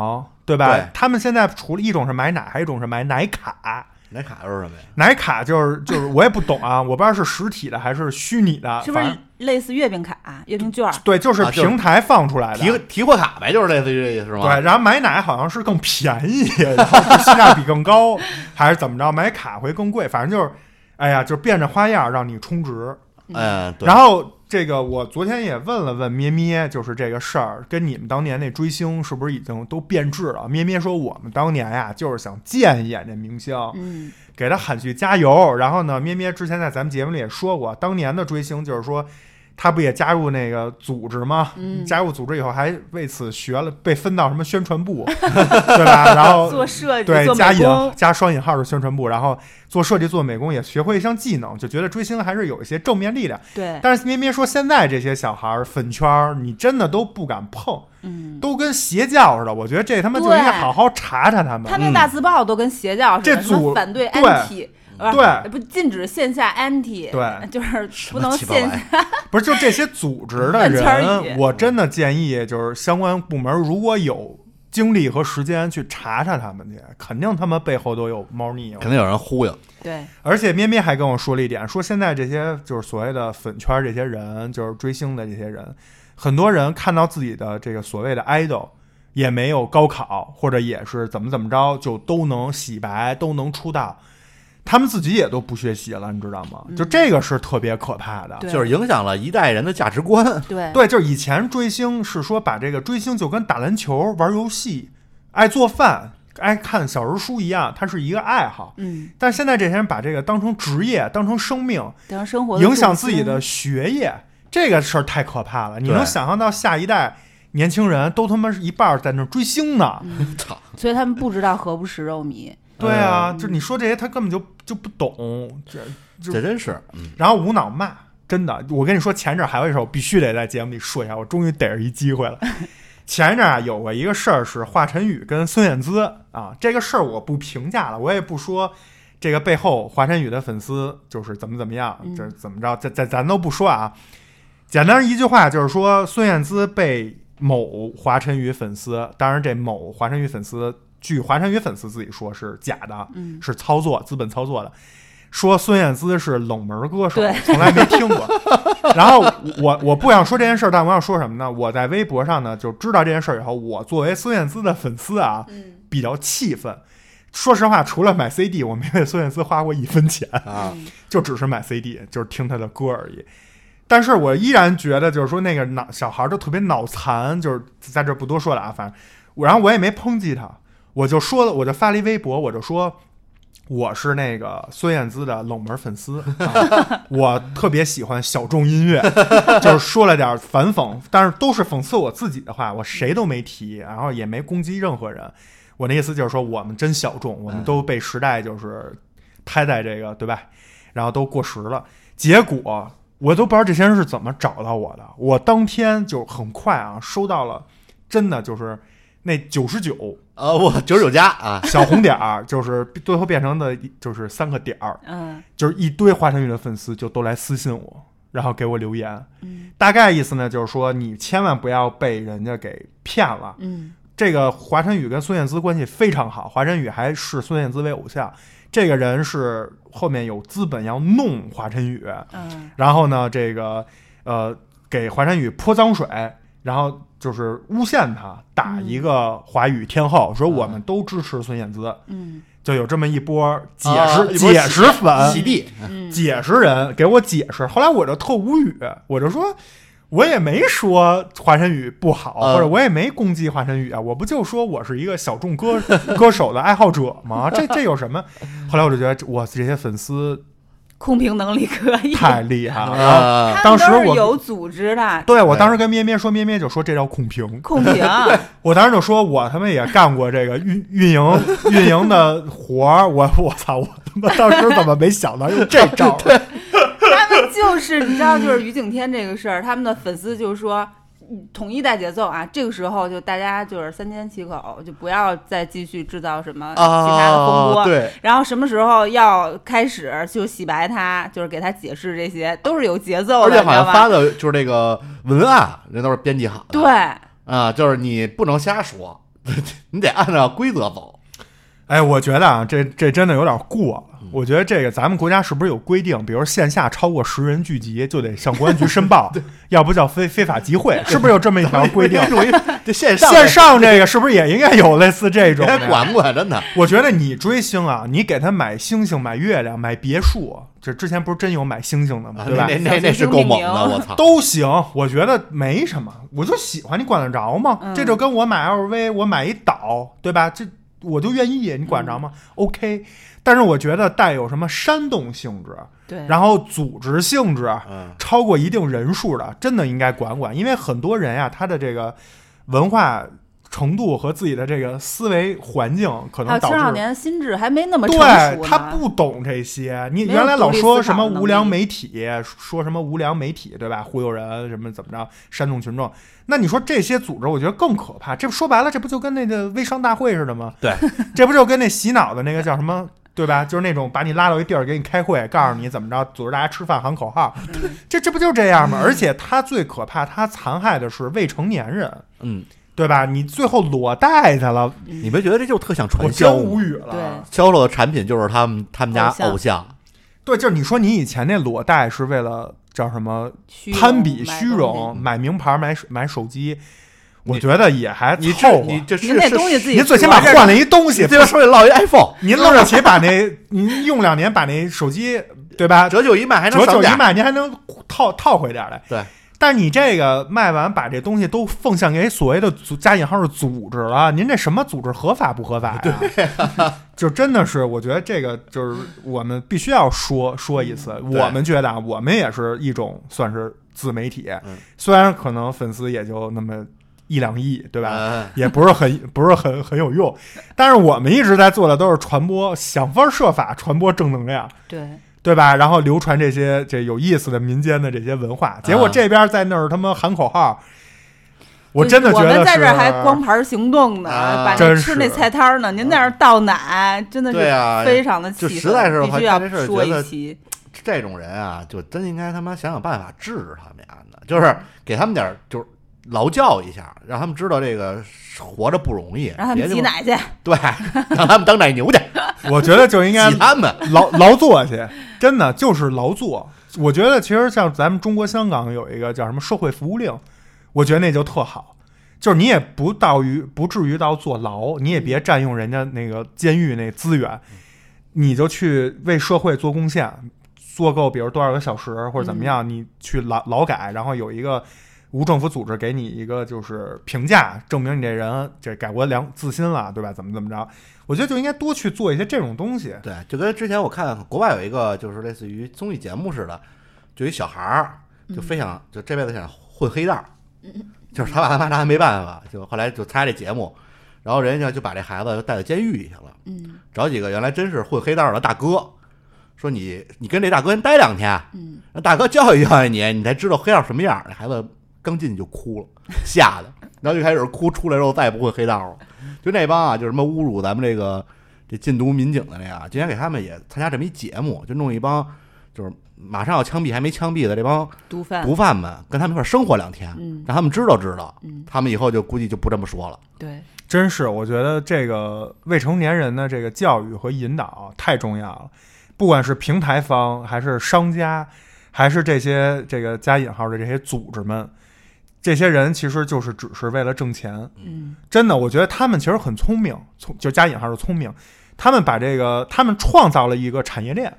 对吧？
对
他们现在除了一种是买奶，还有一种是买奶卡。
奶卡又是什么呀？
奶卡就是就是我也不懂啊，我不知道是实体的还是虚拟的，
是不是
啊反
类似月饼卡、月饼券儿？
正对，就是
啊就是
平台放出来的。
提提货卡呗，就是类似于这意思是吗？
对，然后买奶好像是更便宜，然后是性价比更高，还是怎么着？买卡会更贵，反正就是，哎呀，就变着花样让你充值。
嗯，对，
然后这个我昨天也问了问咩咩，就是这个事儿跟你们当年那追星是不是已经都变质了？咩咩说我们当年呀、就是想见一眼这明星，
嗯，
给他喊去加油。然后呢，咩咩之前在咱们节目里也说过，当年的追星就是说，他不也加入那个组织吗？
嗯
加入组织以后还为此学了，被分到什么宣传 部，对吧？然后
做设计、
哦对
做
加
美
引
工，
加双引号的宣传部，然后做设计、做美工，也学会一项技能，就觉得追星还是有一些正面力量。
对，
但是咩咩说，现在这些小孩儿粉圈儿，你真的都不敢碰，
嗯，
都跟邪教似的。我觉得这他妈就应该
对
好好查查他们。
他们大字报都跟邪教似
嗯这
的，什
组
么反对
对
anti，呃
对
不禁止线下 anti，
对，
就是
什
不
么
能
鸡巴玩意
线
儿
下，
不是，就这些组织的
乱圈儿
人，
一
我真的建议就是相关部门如果有精力和时间去查查他们去，肯定他们背后都有猫腻。
肯定有人忽悠。
对，
而且咩咩还跟我说了一点，说现在这些就是所谓的粉圈这些人，就是追星的这些人，很多人看到自己的这个所谓的 idol 也没有高考，或者也是怎么怎么着，就都能洗白，都能出道，他们自己也都不学习了，你知道吗？就这个是特别可怕的。
对
就是影响了一代人的价值观。
对，
对，就是以前追星是说把这个追星就跟打篮球、玩游戏、爱做饭、爱看小人书一样，它是一个爱好。
嗯，
但现在这些人把这个当成职业、当成生命，
当生活的
影响
重
自己
心
的学业，这个事儿太可怕了。你
对
能想象到下一代年轻人都他妈是一半儿在那儿追星呢？
操，
所以他们不知道何不食肉糜。
对啊，就你说这些，他根本就就不懂。这就
这真 是，
然后无脑骂，真的，我跟你说，前一阵儿还有一事儿，我必须得在节目里说一下，我终于逮着一机会了。前一阵儿啊，有过一个事儿是华晨宇跟孙燕姿啊，这个事儿我不评价了，我也不说这个背后华晨宇的粉丝就是怎么怎么样，
嗯
这怎么着，这这咱都不说啊。简单一句话就是说，孙燕姿被某华晨宇粉丝，当然这某华晨宇粉丝，据华晨宇粉丝自己说是假的，
嗯
是操作资本操作的，说孙燕姿是冷门歌手
对，
从来没听过。然后我我不想说这件事儿，但我想说什么呢？我在微博上呢就知道这件事儿以后，我作为孙燕姿的粉丝啊，
嗯
比较气愤。说实话，除了买 CD，我没为孙燕姿花过一分钱
啊，
就只是买 CD，就是听她的歌而已。但是我依然觉得，就是说那个脑小孩儿都特别脑残，就是在这儿不多说了啊。反正我，然后我也没抨击他，我就说了，我就发了一微博，我就说我是那个孙燕姿的冷门粉丝，啊我特别喜欢小众音乐，就是说了点儿反讽，但是都是讽刺我自己的话，我谁都没提，然后也没攻击任何人。我那意思就是说，我们真小众，我们都被时代就是拍在这个对吧？然后都过时了。结果我都不知道这些人是怎么找到我的。我当天就很快啊，收到了，真的就是那九十九
呃，我九十九加啊，
小红点儿， 就是最后变成的一，就是三个点儿，
嗯
就是一堆华晨宇的粉丝就都来私信我，然后给我留言。
嗯
大概意思呢，就是说你千万不要被人家给骗了。
嗯
这个华晨宇跟孙燕姿关系非常好，华晨宇还视孙燕姿为偶像。这个人是后面有资本要弄华晨宇，
嗯
然后呢，这个呃，给华晨宇泼脏水，然后就是诬陷他打一个华语天后，说我们都支持孙燕姿，
嗯
就有这么一波解释、
啊一波
解释
洗
粉、
地，
嗯
解释人给我解释。后来我就特无语，我就说。我也没说华晨宇不好，
嗯
或者我也没攻击华晨宇啊，我不就说我是一个小众歌 歌手的爱好者吗？这这有什么？后来我就觉得，我这些粉丝
控评能力可以，
太厉害了。然后
啊，
他
当
们
时
都是
我
有组织的
对我当时跟咩咩说，咩咩就说这叫控评。
控评，
我当时就说，我他妈也干过这个运运营运营的活儿，我我操，我他妈当时怎么没想到用这招儿？
他们就是你知道，就是于景天这个事儿，他们的粉丝就说。嗯统一带节奏啊！这个时候就大家就是三缄其口，就不要再继续制造什
啊
么其他的风波。
啊，对，
然后什么时候要开始就洗白他，就是给他解释这些，都是有节奏
而
的，
且
你知
好
道
像发
吧？
的就是那个文案，人都是编辑好的，
对，
啊，就是你不能瞎说， 你得按照规则走。
哎，我觉得啊，这这真的有点过了。
嗯
我觉得这个咱们国家是不是有规定，比如线下超过十人聚集就得向公安局申报，要不叫非非法集会，是不是有这么一条规 定？
属于这线上
线上这个是不是也应该有类似这种
该
的？
管不管？真的，
我觉得你追星啊，你给他买星星、买月亮、买别墅，这之前不是真有买星星的吗？
啊
对吧？
那那那是够猛的，我操！
都行，我觉得没什么，我就喜欢，你管得着吗？
嗯
这就跟我买 LV，我买一岛，对吧？这我就愿意，你管着
嗯
吗、o k 但是我觉得带有什么煽动性质，
对，
然后组织性质，啊
嗯，
超过一定人数的，真的应该管管，因为很多人呀、他的这个文化程度和自己的这个思维环境可
还
能
有
导
啊青
致
少年心智还没那么成熟
对
呢
他不懂这些，你
没有
原来老
独立
说
思
什么
考能
无良
力
媒体，说什么无良媒体，对吧？忽悠人，什么怎么着，煽动群众。那你说这些组织，我觉得更可怕。这说白了，这不就跟那个微商大会似的吗？
对，
这不就跟那洗脑的那个叫什么，对吧？就是那种把你拉到一地儿给你开会，告诉你怎么着，组织大家吃饭喊口号，
嗯
这这不就这样吗？而且他最可怕，他残害的是未成年人。
嗯，
对吧？你最后裸带他了，
你没觉得这就是特像
我
传销
真
吗
无？语
嗯对
了。
销售的产品就是他们他们家
偶像
偶像，
对，就是你说你以前那裸带是为了叫什么
虚
攀比、
买
虚
东西嗯
荣，买名牌、买手买手机，我
你
觉得也还
你
凑
这
合
你。这是
您那东西
是
自己
您最起
喜
码
欢
换了一东西
你，这边手里落一 iPhone，
您愣着起把那您用两年把那手机对吧
折旧一卖还能
折
上
旧一
价，
卖，您还能套套回点儿来。
对，
但你这个卖完把这东西都奉献给所谓的组加引号的组织了，您这什么组织合法不合法呀？对、 就真的是，我觉得这个就是我们必须要说说一次。
嗯对
我们觉得啊，我们也是一种算是自媒体，
嗯
虽然可能粉丝也就那么一两亿，对吧？
嗯
也不是很不是很很有用，但是我们一直在做的都是传播，想方设法传播正能量，
对，
对吧？然后流传这些这有意思的民间的这些文化，结果
啊
这边在那儿他妈喊口号，我
就
真的觉
我
得
们
是
在这儿还光盘行动呢，
啊
把
真
那吃那
是
菜摊儿呢，您在这儿倒奶，真的
对
是
啊，
非常的气
就
愤
实在是
必须
我看这事
要
儿
说
觉得
一期，
这种人啊，就真应该他妈想想办法治治他们呀，就是给他们点儿就是劳教一下，让他们知道这个活着不容易，
让他
别
们
就
挤，奶去，
对，让他们当奶牛去，
我觉得 就应 该
挤他们，
劳劳作去，真的就是劳作。我觉得其实像咱们中国香港有一个叫什么社会服务令，我觉得那就特好，就是你也不到于不至于到坐牢，你也别占用人家那个监狱那资源，你就去为社会做贡献，做够比如多少个小时或者怎么样，你去劳劳改，然后有一个。无政府组织给你一个就是评价，证明你这人这改过良自新了，对吧？怎么怎么着？我觉得就应该多去做一些这种东西。
对，就跟之前我看国外有一个就是类似于综艺节目似的，就一小孩儿就非想、就这辈子想混黑道儿，
嗯
就是他爸他妈拿他没办法，就后来就参加这节目，然后人家就把这孩子就带到监狱里去了，
嗯
找几个原来真是混黑道儿的大哥，说你你跟这大哥先待两天，
嗯，
让大哥教育教育你，你才知道黑道儿什么样儿。那孩子刚进去就哭了，吓得，然后就开始哭，出来之后再也不混黑道了。就那帮啊，就什么侮辱咱们这个这禁毒民警的那个，今天给他们也参加这么一节目，就弄一帮就是马上要枪毙还没枪毙的这帮
毒贩，
毒贩们，跟他们一块儿生活两天，
嗯
让他们知道知道，
嗯，
他们以后就估计就不这么说了。
对，
真是，我觉得这个未成年人的这个教育和引导啊太重要了，不管是平台方，还是商家，还是这些这个加引号的这些组织们，这些人其实就是只是为了挣钱。
嗯
真的，我觉得他们其实很聪明，聪就加引号的聪明，他们把这个他们创造了一个产业链，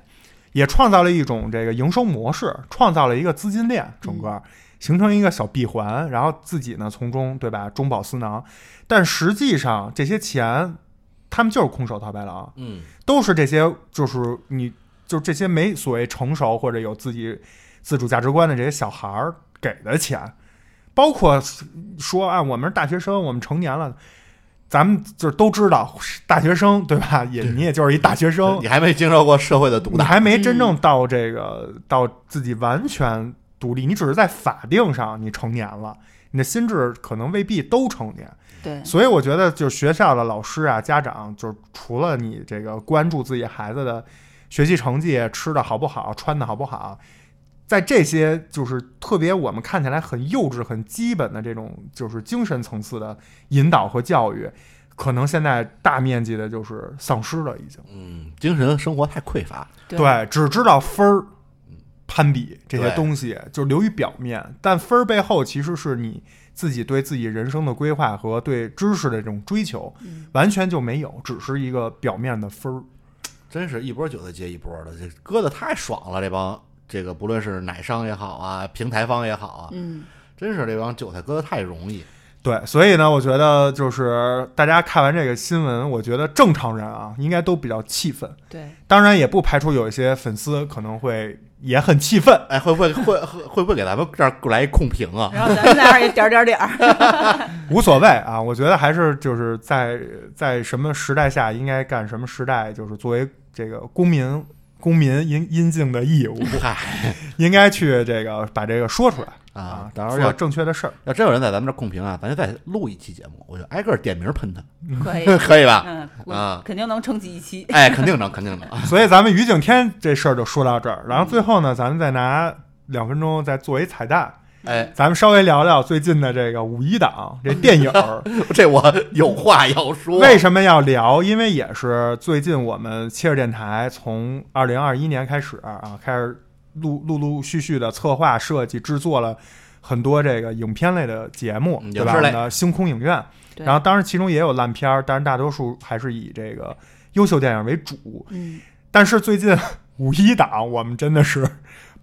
也创造了一种这个营收模式，创造了一个资金链，整个形成一个小闭环，然后自己呢从中对吧中饱私囊，但实际上这些钱他们就是空手套白狼，
嗯，
都是这些就是你就这些没所谓成熟或者有自己自主价值观的这些小孩儿给的钱，包括说啊，我们是大学生，我们成年了。咱们就是都知道，大学生对吧？也你也就是一大学生，
你还没经受过社会的毒
你
打，
还没真正到这个、到自己完全独立，你只是在法定上你成年了，你的心智可能未必都成年。
对，
所以我觉得，就是学校的老师啊、家长，就是除了你这个关注自己孩子的学习成绩、吃的好不好、穿的好不好，在这些就是特别我们看起来很幼稚、很基本的这种就是精神层次的引导和教育，可能现在大面积的就是丧失了，已经。
嗯，精神生活太匮乏。
对
对，只知道分儿、攀比这些
对
东西，就是流于表面，但分儿背后其实是你自己对自己人生的规划和对知识的这种追求，完全就没有，只是一个表面的分儿。
真是一波韭菜接一波的，这割的太爽了。这帮这个不论是奶商也好啊，平台方也好啊，
嗯，
真是这帮韭菜割的太容易。
对，所以呢，我觉得就是大家看完这个新闻，我觉得正常人啊，应该都比较气愤。
对，
当然，也不排除有一些粉丝可能会也很气愤，
哎，会不会会会会不会给咱们这儿来一控评啊？
然后咱们在这儿也点儿点儿点儿，
无所谓啊，我觉得还是就是在在什么时代下应该干什么时代，就是作为这个公民公民应应尽的义 务，
嗯
嗨
应该去这个把这个说出来
啊，
到
到
时候
时候
要
要
正确的事儿。
要真有人在咱们这儿控评啊，咱就再录一期节目，我就挨个儿点名喷他，
可以，
可以吧？
嗯，
啊
我肯定能撑起一期，
哎，肯定能，肯定能。
所以咱们于景天这事儿就说到这儿，然后最后呢，咱们再拿两分钟再做一彩蛋，
哎，
咱们稍微聊聊最近的这个五一档这电影儿，
这我有话要说。
为什么要聊？因为也是最近我们切尔电台从二零二一年开始啊，开始陆陆陆续续的策划、设计、制作了很多这个影片类的节目，
嗯
对
影
吧？
视
我
类
们的星空影院，
对
然后当然其中也有烂片儿，但是大多数还是以这个优秀电影为主。
嗯，
但是最近五一档，我们真的是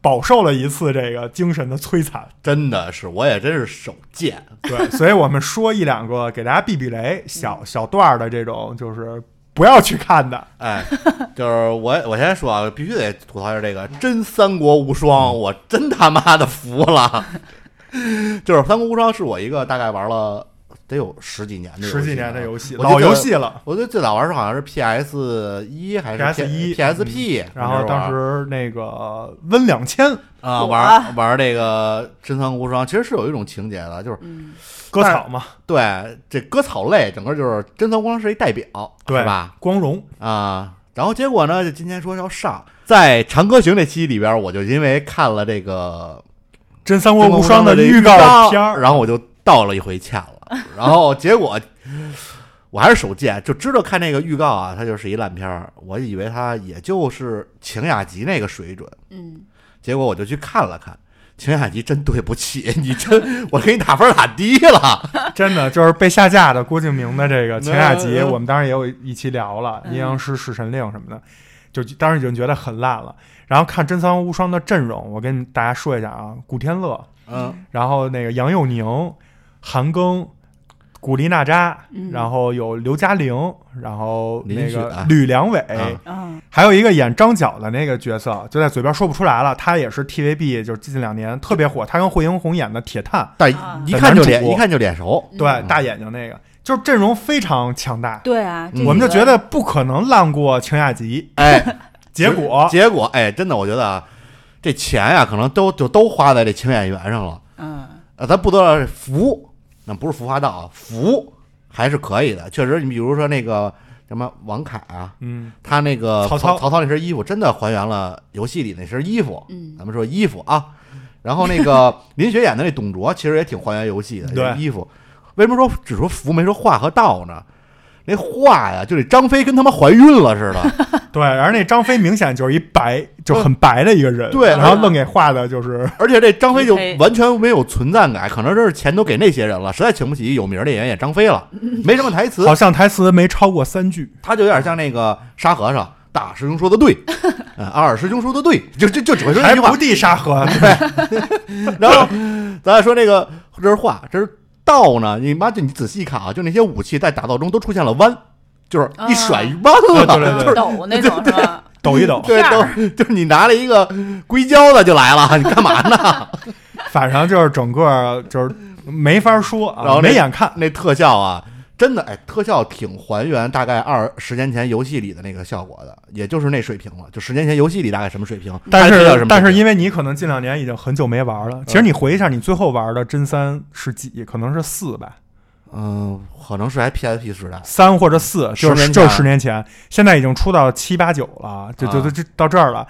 饱受了一次这个精神的摧 残。
真的是，我也真是手贱。
对，所以我们说一两个给大家避避雷，小小段儿的这种就是不要去看的。
哎，就是我，我先说啊，必须得吐槽一下这个《真三国无双》，
嗯
我真他妈的服了。就是《三国无双》是我一个大概玩了得有十几年的游戏啊
十几年的游戏，
我记
老
得
游戏了。
我觉得最早玩是好像是 PS 一还是
PS1
PSP，
嗯然后当时那个温两千
啊
火
玩玩这个《真三国无双》，其实是有一种情节的，就是
嗯
割草嘛，
对这割草类，整个就是《真三国无双》是一代表，
对
是吧？
光荣
啊，然后结果呢，就今天说要上，在《长歌行》这期里边，我就因为看了这个
《真三
《
国无双》
的这
预
告
片儿，
然后我就道了一回歉 了，然后结果我还是手贱，就知道看那个预告啊，它就是一烂片儿，我以为它也就是晴雅集那个水准，
嗯，
结果我就去看了看。晴雅集真对不起 你真，我给你打分打低了。
真的就是被下架的郭敬明的 这个前雅集，
嗯嗯
我们当时也有一期聊了《
嗯
阴阳师弑神令》什么的，就当时已经觉得很烂了。然后看《真三国无双》的阵容，我跟大家说一下啊，古天乐，
嗯，
然后那个杨佑宁、韩庚、古力娜扎，
嗯
然后有刘嘉玲，然后那
林雪
个
啊
吕良伟，
啊
嗯
还有一个演张角的那个角色，就在嘴边说不出来了。他也是 TVB 就是近两年特别火，他跟惠英红演的《铁探
但
啊
一看就
男
脸，
主
一看就脸熟。》，
对，
嗯
大眼睛那个，就是阵容非常强大。
对啊，这
我们就
几个
觉得不可能烂过晴雅集，
嗯哎，
结果
结果哎，真的，我觉得啊，这钱呀、可能都就都花在这请演员上了。
嗯
啊，咱不得服，那不是服化道啊，服还是可以的。确实，你比如说那个什么王凯啊，
嗯，
他那个
曹
曹
操
曹操那身衣服真的还原了游戏里那身衣服。
嗯
咱们说衣服啊，然后那个林雪演的那董卓，其实也挺还原游戏的，
对
这衣服。为什么说只说服没说话和道呢？那话呀，就得张飞跟他妈怀孕了似的，
对。然后那张飞明显就是一白，就很白的一个人，
嗯对
然后愣给画的就是
而且这张飞就
PK
完全没有存在感，可能这是钱都给那些人了，实在请不起有名的演员演张飞了，没什么台词
好，像台词没超过三句，
他就有点像那个沙和尚，大师兄说的对，嗯，二师兄说的对，就就就只会说这
还
句话
不。地沙河，
然后咱再说那个这是话，这是道呢，你妈就你仔细看啊，就那些武器在打斗中都出现了弯，就是一甩弯了，
啊对对对
就是
抖那种是吧？
抖一抖，
对，都就是你拿了一个硅胶的就来了，你干嘛呢？
反正就是整个就是没法说
然
啊，
后那
没眼看，
那特效啊，真的哎，特效挺还原大概二十年前游戏里的那个效果的，也就是那水平了。就十年前游戏里大概什么水平，
但
拍特效什
是
么嗯
但是
水平
因为你可能近两年已经很久没玩了，其实你回忆一下，你最后玩的真三是几？可能是四吧，
嗯、可能是还 PSP 时代，
三或者四，就
十年
是
前
就是十年前，现在已经出到七八九了，就就
啊
就就到这儿了，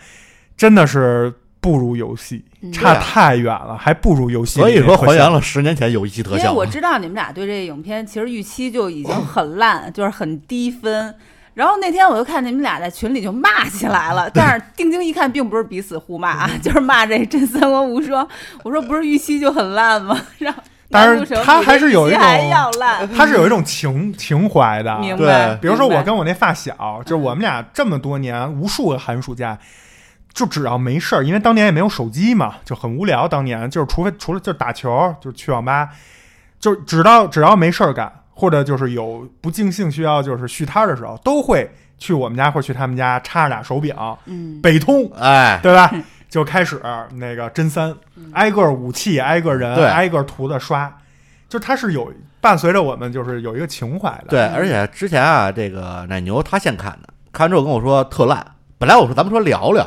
真的是不如游戏，
嗯
差太远了，还不如游戏
啊所
里
以
面
说
特效。
还原了十年前游戏特
因为
效啊
我。知道你们俩对这个影片其实预期就已经很烂， 就是很低分。然后那天我就看你们俩在群里就骂起来了，但 是定睛一看，并不是彼此互骂啊，就是骂这《真三国无双》。我说不是预期就很烂吗？然后
但是
男主手
他
比
还是有一
预期
种
还要 烂，嗯
它是有一种情情怀的，啊
明白？
对
比如说
明白
我跟我那发小，就是我们俩这么多年无数个寒暑假，就只要没事儿，因为当年也没有手机嘛，就很无聊。当年就是除非除了就是打球，就是去网吧，就只到只要没事儿干，或者就是有不尽兴需要就是续摊儿的时候，都会去我们家或去他们家插着俩手柄，
嗯
北通，
哎，
对吧？就开始那个真三，
嗯
挨个武器，挨个人
对，
挨个图的刷，就它是有伴随着我们，就是有一个情怀的。
对，而且之前啊，这个奶牛他先看的，看完之后跟我说特烂。本来我说咱们说聊聊，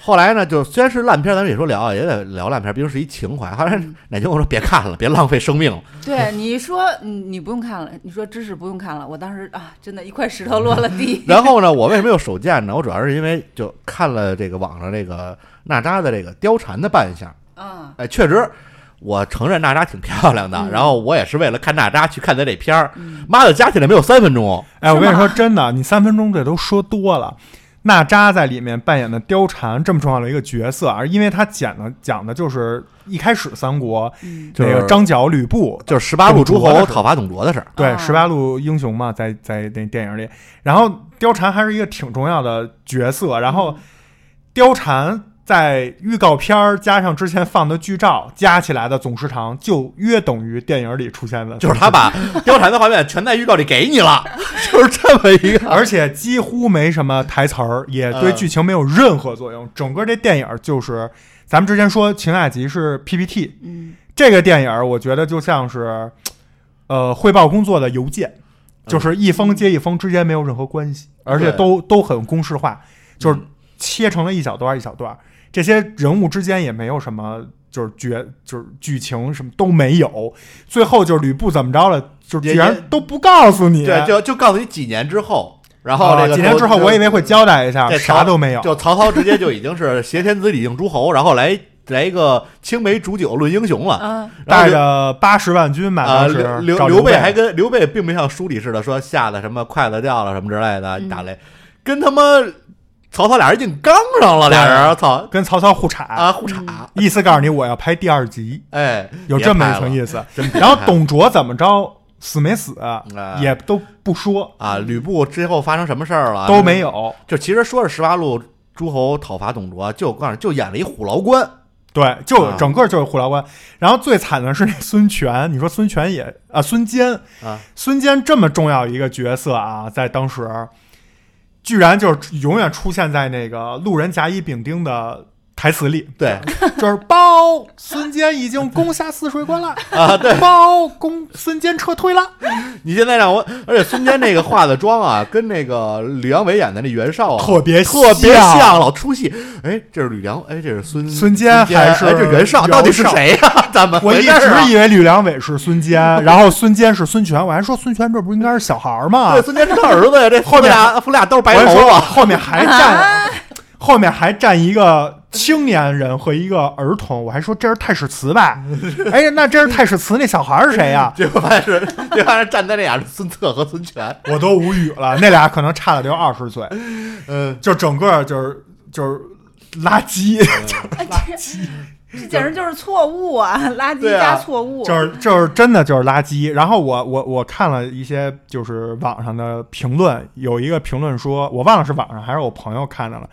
后来呢，就虽然是烂片，咱们也说聊，也得聊烂片，毕竟是一情怀。后来 奶牛跟我说别看了，别浪费生命了。
对，你说你你不用看了，你说知识不用看了，我当时啊，真的一块石头落了 地。
然后呢，我为什么有手贱呢？我主要是因为就看了这个网上这个娜扎的这个貂蝉的扮相，
嗯
哎，确实，我承认娜扎挺漂亮的，
嗯
然后我也是为了看娜扎去看的这片儿。
嗯
妈的，加起来没有三分钟，
哎，我
是
跟你
吗
说真的，你三分钟这都说多了。娜扎在里面扮演的貂蝉这么重要的一个角色，而因为她讲的讲的就是一开始三国
嗯
就是
那个张角、吕布，
就是十八路诸
董卓的
侯
事
讨伐董卓的事儿。
对
啊
十八路英雄嘛，在在那电影里，然后貂蝉还是一个挺重要的角色，然
嗯
后貂蝉在预告片儿加上之前放的剧照加起来的总时长，就约等于电影里出 现的，
就是他把貂蝉的画面全在预告里给你 了，就是这么一 个。
而且几乎没什么台词儿，也对剧情没有任何作用。整个这电影就是，咱们之前说《情爱集》是 PPT，
嗯
这个电影我觉得就像是，呃，汇报工作的邮件，就是一封接一封之间没有任何关系，而且都都很公式化，就是切成了一小段儿一小段儿，这些人物之间也没有什么。就是角就是剧情什么都没有，最后就是吕布怎么着了，就是
也
居然
也
都不告诉你，
对，就就告诉你几年之后，然后
啊
哦这个
几年之后，我以为会交代一下，
这
啥都没有。
就曹操直接就已经是挟天子以令诸侯，然后来来一个青梅煮酒论英雄了。
啊
然后
带
就
着八十万军满
啊，
当时
刘刘
找
刘
备
备还跟刘备并不像书里似的说吓得什么筷子掉了什么之类的
嗯
打雷，跟他妈呃曹操俩人硬刚上了，俩
嗯
人操
跟曹操互插，
啊互插，
意思告诉你我要拍第二集，
哎，
嗯有这么一层意思。
思。 真别
然后
拍了
董卓怎么着死没死也都不说，
啊，吕布之后发生什么事儿了
都没，有。
就其实说是十八路诸侯讨伐董卓，就告诉你就演了一虎牢关，
对，就
啊
整个就是虎牢关。然后最惨的是那孙权，你说孙权也啊，孙坚
啊，
孙坚这么重要一个角色啊，在当时居然就是永远出现在那个路人甲乙丙丁的台词里。
对，
就是包孙坚已经攻下汜水关了啊，对，包攻孙坚撤退了，
你现在让我，而且孙坚那个化的妆啊，跟那个吕良伟演的那袁绍啊，特
特别
别
像。
像，老出戏。哎，这是吕良，哎，这是孙
孙
坚
坚还是
哎这袁绍，
袁
到底是
绍
谁呀、怎么
我
回
一
事儿啊
直以为吕良伟是孙 坚，然后孙坚是孙权，我还说孙权这不应该是小孩儿吗
对，？孙坚是他儿子呀，这
后面
父俩父俩都是
我
白
还
头
说
发。
后面还 站，后面还站一个青年人和一个儿童，我还说这是太史慈 吧？哎呀，那这是太史慈那小孩儿是谁 呀？
结果发现是， 结果发现站在那俩是孙策和孙权，
我都无语了，那俩可能差了得有二十岁，
嗯，
就整个就是就是垃圾。
这简直就是错 误啊！垃圾
对啊
加错误，
就是就是真的就是垃圾。然后我我我看了一些就是网上的评论，有一个评论说，我忘了是网上还是我朋友看到了，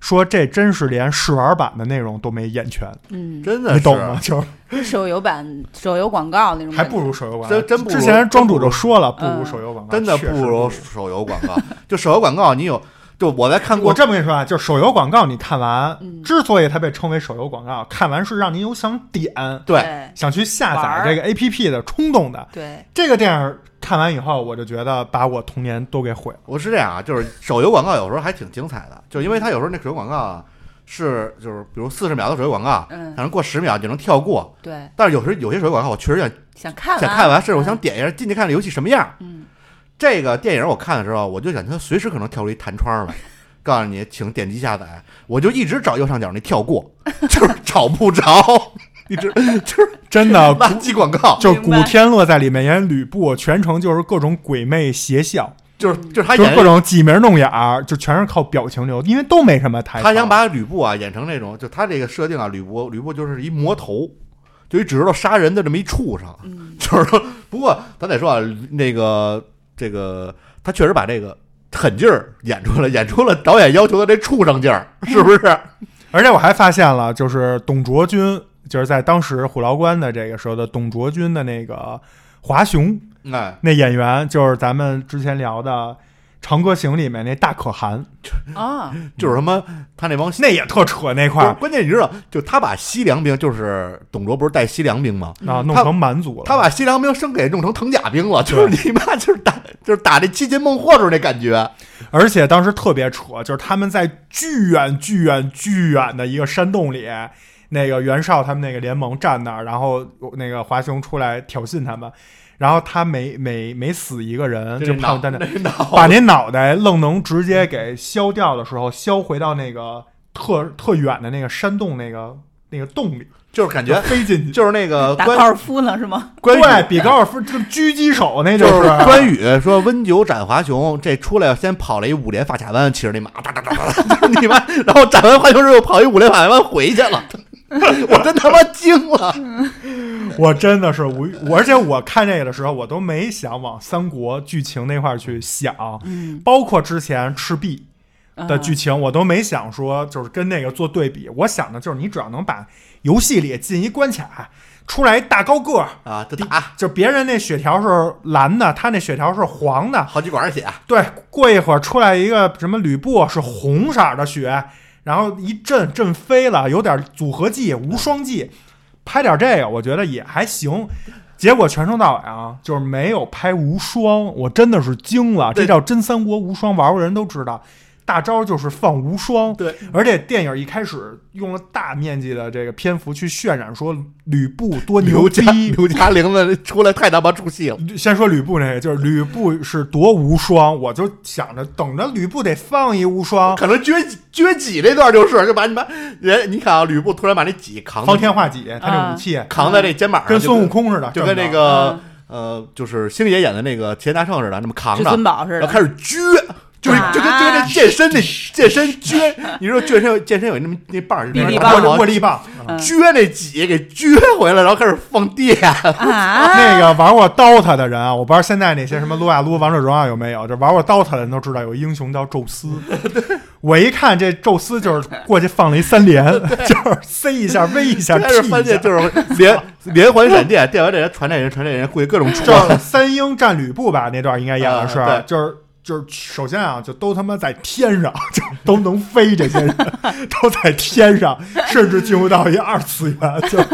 说这真是连试玩版的内容都没演全，
嗯，
真的是
你懂吗？？就是
手游版手游广告那种感觉，
还不如手游广告，
真真不如
之前庄主就说了，不如手游广告，
真的
啊确实
不如。手游广告，就手游广告，你有就我在看过
我这么跟你说啊，就是手游广告，你看完，
嗯
之所以它被称为手游广告，看完是让你有想点、
对，
想去下
玩
载
儿
这个 APP 的冲动的。
对，
这个电影看完以后，我就觉得把我童年都给毁了。
我是这样啊，就是手游广告有时候还挺精彩的，就因为它有时候那手游广告啊是就是比如四十秒的手游广告，
嗯
可，能过十秒你就能跳过，
对，
但是有时候有些手游广告我确实想
想看
想看完，甚至我想点一下进去看这游戏什么样。
嗯
这个电影我看的时候，我就想它随时可能跳出一弹窗来，告诉你请点击下载，我就一直找右上角那跳过， 就是找不着， 一直 就是
真 的，
垃圾广告，
就是
明
古
白
天乐在里面演吕布，全程就是各种鬼魅邪笑，
就是就是他
就是
演
各种挤眉弄眼儿，就全是靠表情流，因为都没什么台词。
他想把吕布啊演成那种，就他这个设定啊，吕布吕布就是一魔头，就一指头杀人的这么一畜生，
嗯
就是说不过咱得说啊，那个这个他确实把这个狠劲儿演出来，演出了导演要求的这畜生劲 儿，是不是？
而且我还发现了，就是董卓军，就是在当时虎牢关的这个时候的董卓军的那个华雄
哎，
那演员，就是咱们之前聊的《长歌行》里面那大可汗，
啊，
就是什么他那帮西
那也特扯那块儿
关键你知道，就他把西凉兵，就是董卓不是带西凉兵吗？
啊，弄
他
成蛮族了。
他把西凉兵生给弄成藤甲兵了，就是你妈就是打就是打这七擒孟获时候那感觉，
而且当时特别扯，就是他们在巨远、巨远、巨远的一个山洞里，那个袁绍他们那个联盟站那儿，然后那个华雄出来挑衅他们，然后他每每每死一个人，就
这
他
脑
们在那
这脑
把您脑袋愣能直接给削掉的时候，削回到那个特特远的那个山洞那个。那个动力，
就是 感
就
觉
飞进去。
就是那个
打
关
高尔夫呢是吗？
关
对，
羽
比高尔夫就狙击手那
就是是关羽说温酒斩华雄，这出来先跑了一五连发卡弯，骑着那马哒哒哒哒哒， 你妈！然后斩完华雄之后跑一五连发卡弯回去了， 我真他妈惊了。
我真的是无语，我而且我看这个的时候，我都没想往三国剧情那块儿去想，
嗯
包括之前赤壁的
嗯
剧情，我都没想说就是跟那个做对比。我想的就是你只要能把游戏里进一关卡，出来一大高个儿，
啊，就打
就别人那血条是蓝的，他那血条是黄的，
好几管血，啊
对，过一会儿出来一个什么吕布是红色儿的血，然后一震震飞了，有点组合技、无双技，拍点这个我觉得也还行。结果全程到尾啊，就是没有拍无双，我真的是惊了。
对
这叫真三国无双，玩过人都知道，大招就是放无双。
对，
而且电影一开始用了大面积的这个篇幅去渲染说吕布多牛
刘嘉
逼，
刘嘉玲的出来太他妈出戏了。
先说吕布那个，就是吕布是多无双，我就想着等着吕布得放一无双，
可能撅几撅戟那段就是，就把你把人，你看啊，吕布突然把那戟扛
方天画戟，他这武器、
扛在这肩膀上，
跟
就
孙悟空似的，
啊就跟那
这么着
嗯
个呃，就是星爷演的那个齐天大圣似的，那么扛
至
着
尊，宝似
然后
的，
开始撅，就是
啊
就跟就跟那健身那健身撅，你说健身有健身有那么那棒儿，
臂力
然后
棒
握握力棒。
嗯
撅那戟给撅回来，然后开始放电，
啊，
那个玩过 DOTA 的人啊，我不知道现在那些什么撸啊撸、王者荣耀有没有，这玩过 DOTA 的人都知道有英雄叫宙 斯。我一看这宙斯就是过去放了一三 连，就是塞一下、威一下、
开始
T
放
一下
电，。就是连连环闪电，电完这人传这人传这人，过去各种
就
传
是。三英战吕布吧，那段应该演的是，
啊对
就是就是首先啊，就都他妈在天上， 就都能飞，这些人 都在天上，甚至进入到一二次元，就。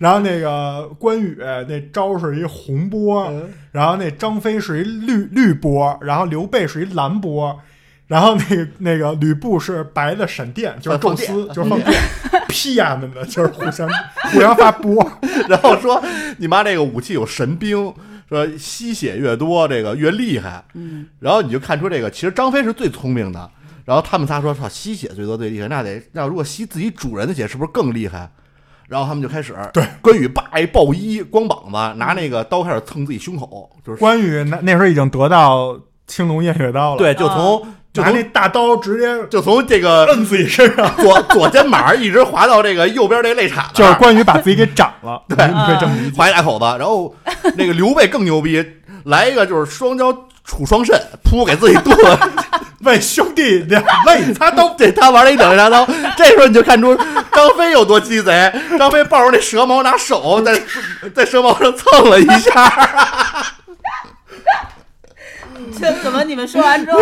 然后那个关羽那招是一红波，
嗯
然后那张飞是一绿绿波，然后刘备是一蓝波，然后那个那个吕布是白的闪电，就是宙斯，
呃放电
就是放电， 屁呀们的，就是互相互相发波，
然后说你妈这个武器有神兵，说吸血越多这个越厉害。嗯，然后你就看出这个，其实张飞是最聪明的。然后他们仨说：“操，吸血最多最厉害，那得那如果吸自己主人的血，是不是更厉害？”然后他们就开始对关羽叭一暴衣光膀子，拿那个刀开始蹭自己胸口，就是
关羽那那时候已经得到青龙偃月刀了，，
对，就从、就
拿那
从
大刀直接
就从这个
摁自己身上，
左左肩膀一直滑到这个右边这肋叉子
就是关羽把自己给斩了，啊 对，
嗯
你可以这么理解。
划一大口子，然后那个刘备更牛逼，来一个就是双脚杵双肾，噗给自己剁 了。
喂，兄弟，两肋
他都对他玩了一等长刀，这时候你就看出张飞有多鸡贼。张飞抱着那蛇矛，拿手在在蛇矛上蹭了一下，
这怎么你们说完之后，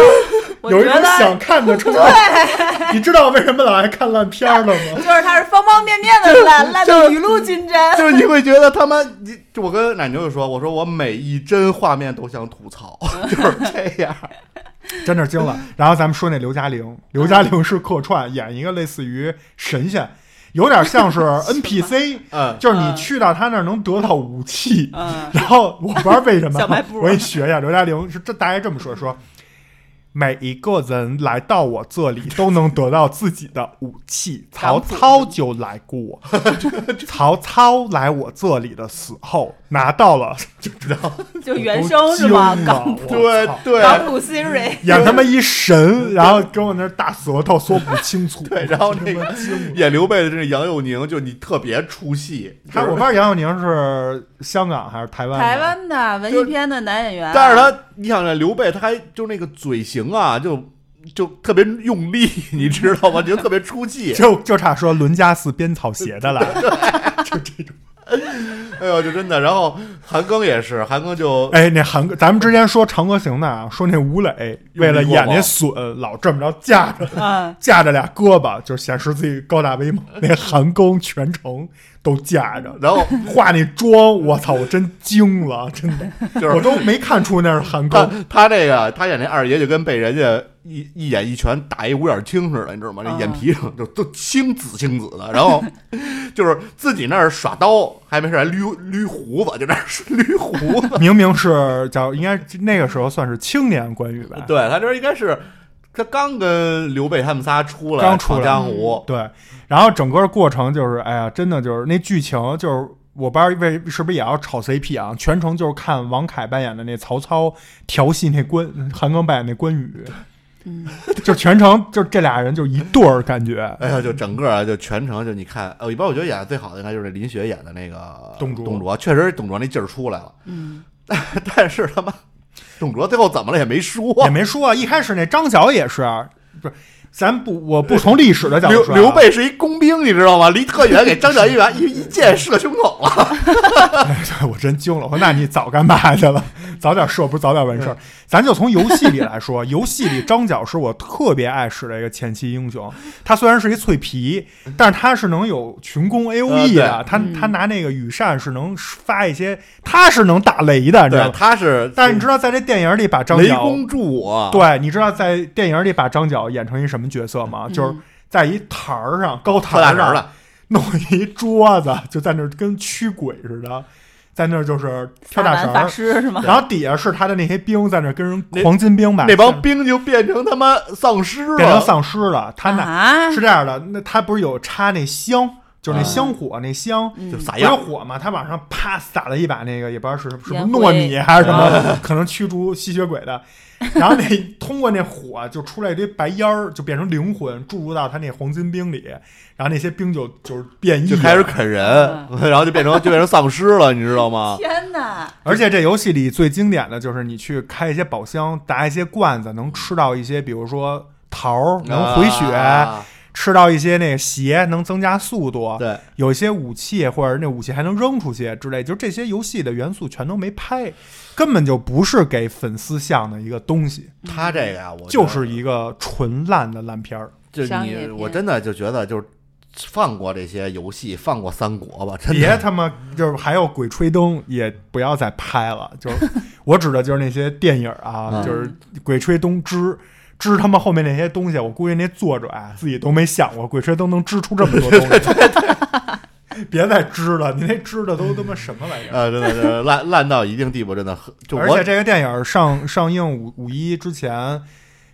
我
有
觉
一种
得
想看的冲动。 你知道为什么老爱看烂片儿了吗？
就是它是方方面面的烂，烂
就
的雨露均 沾。
就是你会觉得他妈你，就我跟奶牛就说，我说我每一帧画面都想吐槽， 就是这样。
真的惊了。然后咱们说那刘嘉玲，刘嘉玲是客串，演一个类似于神仙，有点像 是 NPC，
嗯，
就是你去到他那儿能得到武器，
嗯，
然后我不知道为什么
小卖，部
我也学一下刘嘉玲是这大概这么说说。每一个人来到我这里都能得到自己的武器。曹操就来过， 曹操来我这里的时候拿到了， 就知道
就原声是吗？港
普
对对。
港普 Siri，
演他妈一神，然后跟我那儿大舌头说不清楚。
对，然后那
我
个
他妈惊了
演刘备的这是杨佑宁，就你特别出戏，
他我不知道杨佑宁是香港还是台湾的，
台湾的文艺片的男
啊
演员。啊
但是他，你想想刘备，他还就那个嘴型啊，就就特别用力， 你知道吗？就特别出 气。
就就差说伦家寺编草鞋的了。
哎呦，就真的。然后韩庚也是，韩庚就
哎，那韩哥，咱们之前说《长歌行》的啊，说那吴磊
用力
为了演
过
那
猛
笋，老这么着架着
嗯，
架着俩胳膊，就显示自己高大威猛。那韩庚全程都架着，
然后
化那妆，我操，我真惊了，真的，
就
我
是
都没看出那是韩
他
庚。
他这个他演那二爷就跟被人家一一眼一拳打一五眼青似的，你知道吗？那
啊
眼皮上就都青紫青紫的，然后 就是自己那儿耍刀，还没事还捋捋胡子，就那儿 捋胡 子。
明明是叫应该那个时候算是青年关羽吧，
对他这应该是这刚跟刘备他们仨出来，
刚出来嗯
江湖，
对，然后整个过程就是，哎呀，真的就是那剧情就是。我不知道为是不是也要炒 CP 啊？全程就是看王凯扮演的那曹操调戏那关韩庚扮演那关羽，
嗯，
就全程就这俩人就一对儿感觉。
哎呀，就整个啊，就全程就你看，呃，一般我觉得演的最好的应该就是林雪演的那个
董卓
董卓确实董卓那劲儿出来了，
嗯，
但是他妈董卓最后怎么了也没说，
也没说啊，一开始那张角也是，啊不是，咱不我不从历史的角度
呃刘
说啊
刘备是一工兵，你知道吗？离特远，给张角一 远一一箭射胸口了。
我真惊了，我说那你早干嘛去了？ 早点射不是早点完事儿？咱就从游戏里来说，游戏里张角是我特别爱使的一个前期英雄。他虽然是一脆皮，
嗯
但是他是能有群攻 A O E 的，
呃
他
嗯
他拿那个羽扇是能发一些，他是能打雷的，你知道
对，
吗？
他是，
但是你知道在这电影里把张
雷
角，
公助我，
对，你知道在电影里把张角演成一什么角色吗？就是在一台儿上，高台
嗯特大
儿
人
上
了，
弄一桌子，就在那儿跟驱鬼似的，在那儿就是跳大
萨
绳
满
儿，
法师是吗？
然后底下是他的那些兵在那儿跟
那
人黄金兵吧，
那帮兵就变成他妈丧尸了，
变成丧尸了。他那、
啊，
是这样的，那他不是有插那香，就是那
啊
香火、那香。
嗯
就撒
不是
药，
火嘛，他往上啪撒了一把那个，也不知道是什么什
烟
么糯米啊
灰
还是什么，
啊
可能驱逐吸血鬼的。然后那通过那火就出来一堆白烟儿，就变成灵魂注入到他那黄金兵里，然后那些兵就就是变异
就
了，
开始啃人，
嗯
然后就变成就变成丧尸了，你知道吗？
天哪！
而且这游戏里最经典的就是你去开一些宝箱，打一些罐子，能吃到一些，比如说桃儿 能回血，
啊
吃到一些那个鞋能增加速度，
对，
有一些武器或者那武器还能扔出去之类，就这些游戏的元素全都没拍，根本就不是给粉丝向的一个东西，
他这个呀，我觉
就
得
是一个纯烂的烂片儿。
就是
商业
你，
片
我真的就觉得就是放过这些游戏，放过三国吧，真
别
的。
他妈就是还有鬼吹灯也不要再拍了，就是我指的就是那些电影啊，
嗯
就是鬼吹灯之。之他妈后面那些东西，我估计那作者啊自己都没想过，鬼吹灯能织出这么多东西。 别再织了，你那织的都他妈什么玩意儿？
呃，真的是烂烂到一定地步，真的很就
而
我
且这个电影上上映五五一之前，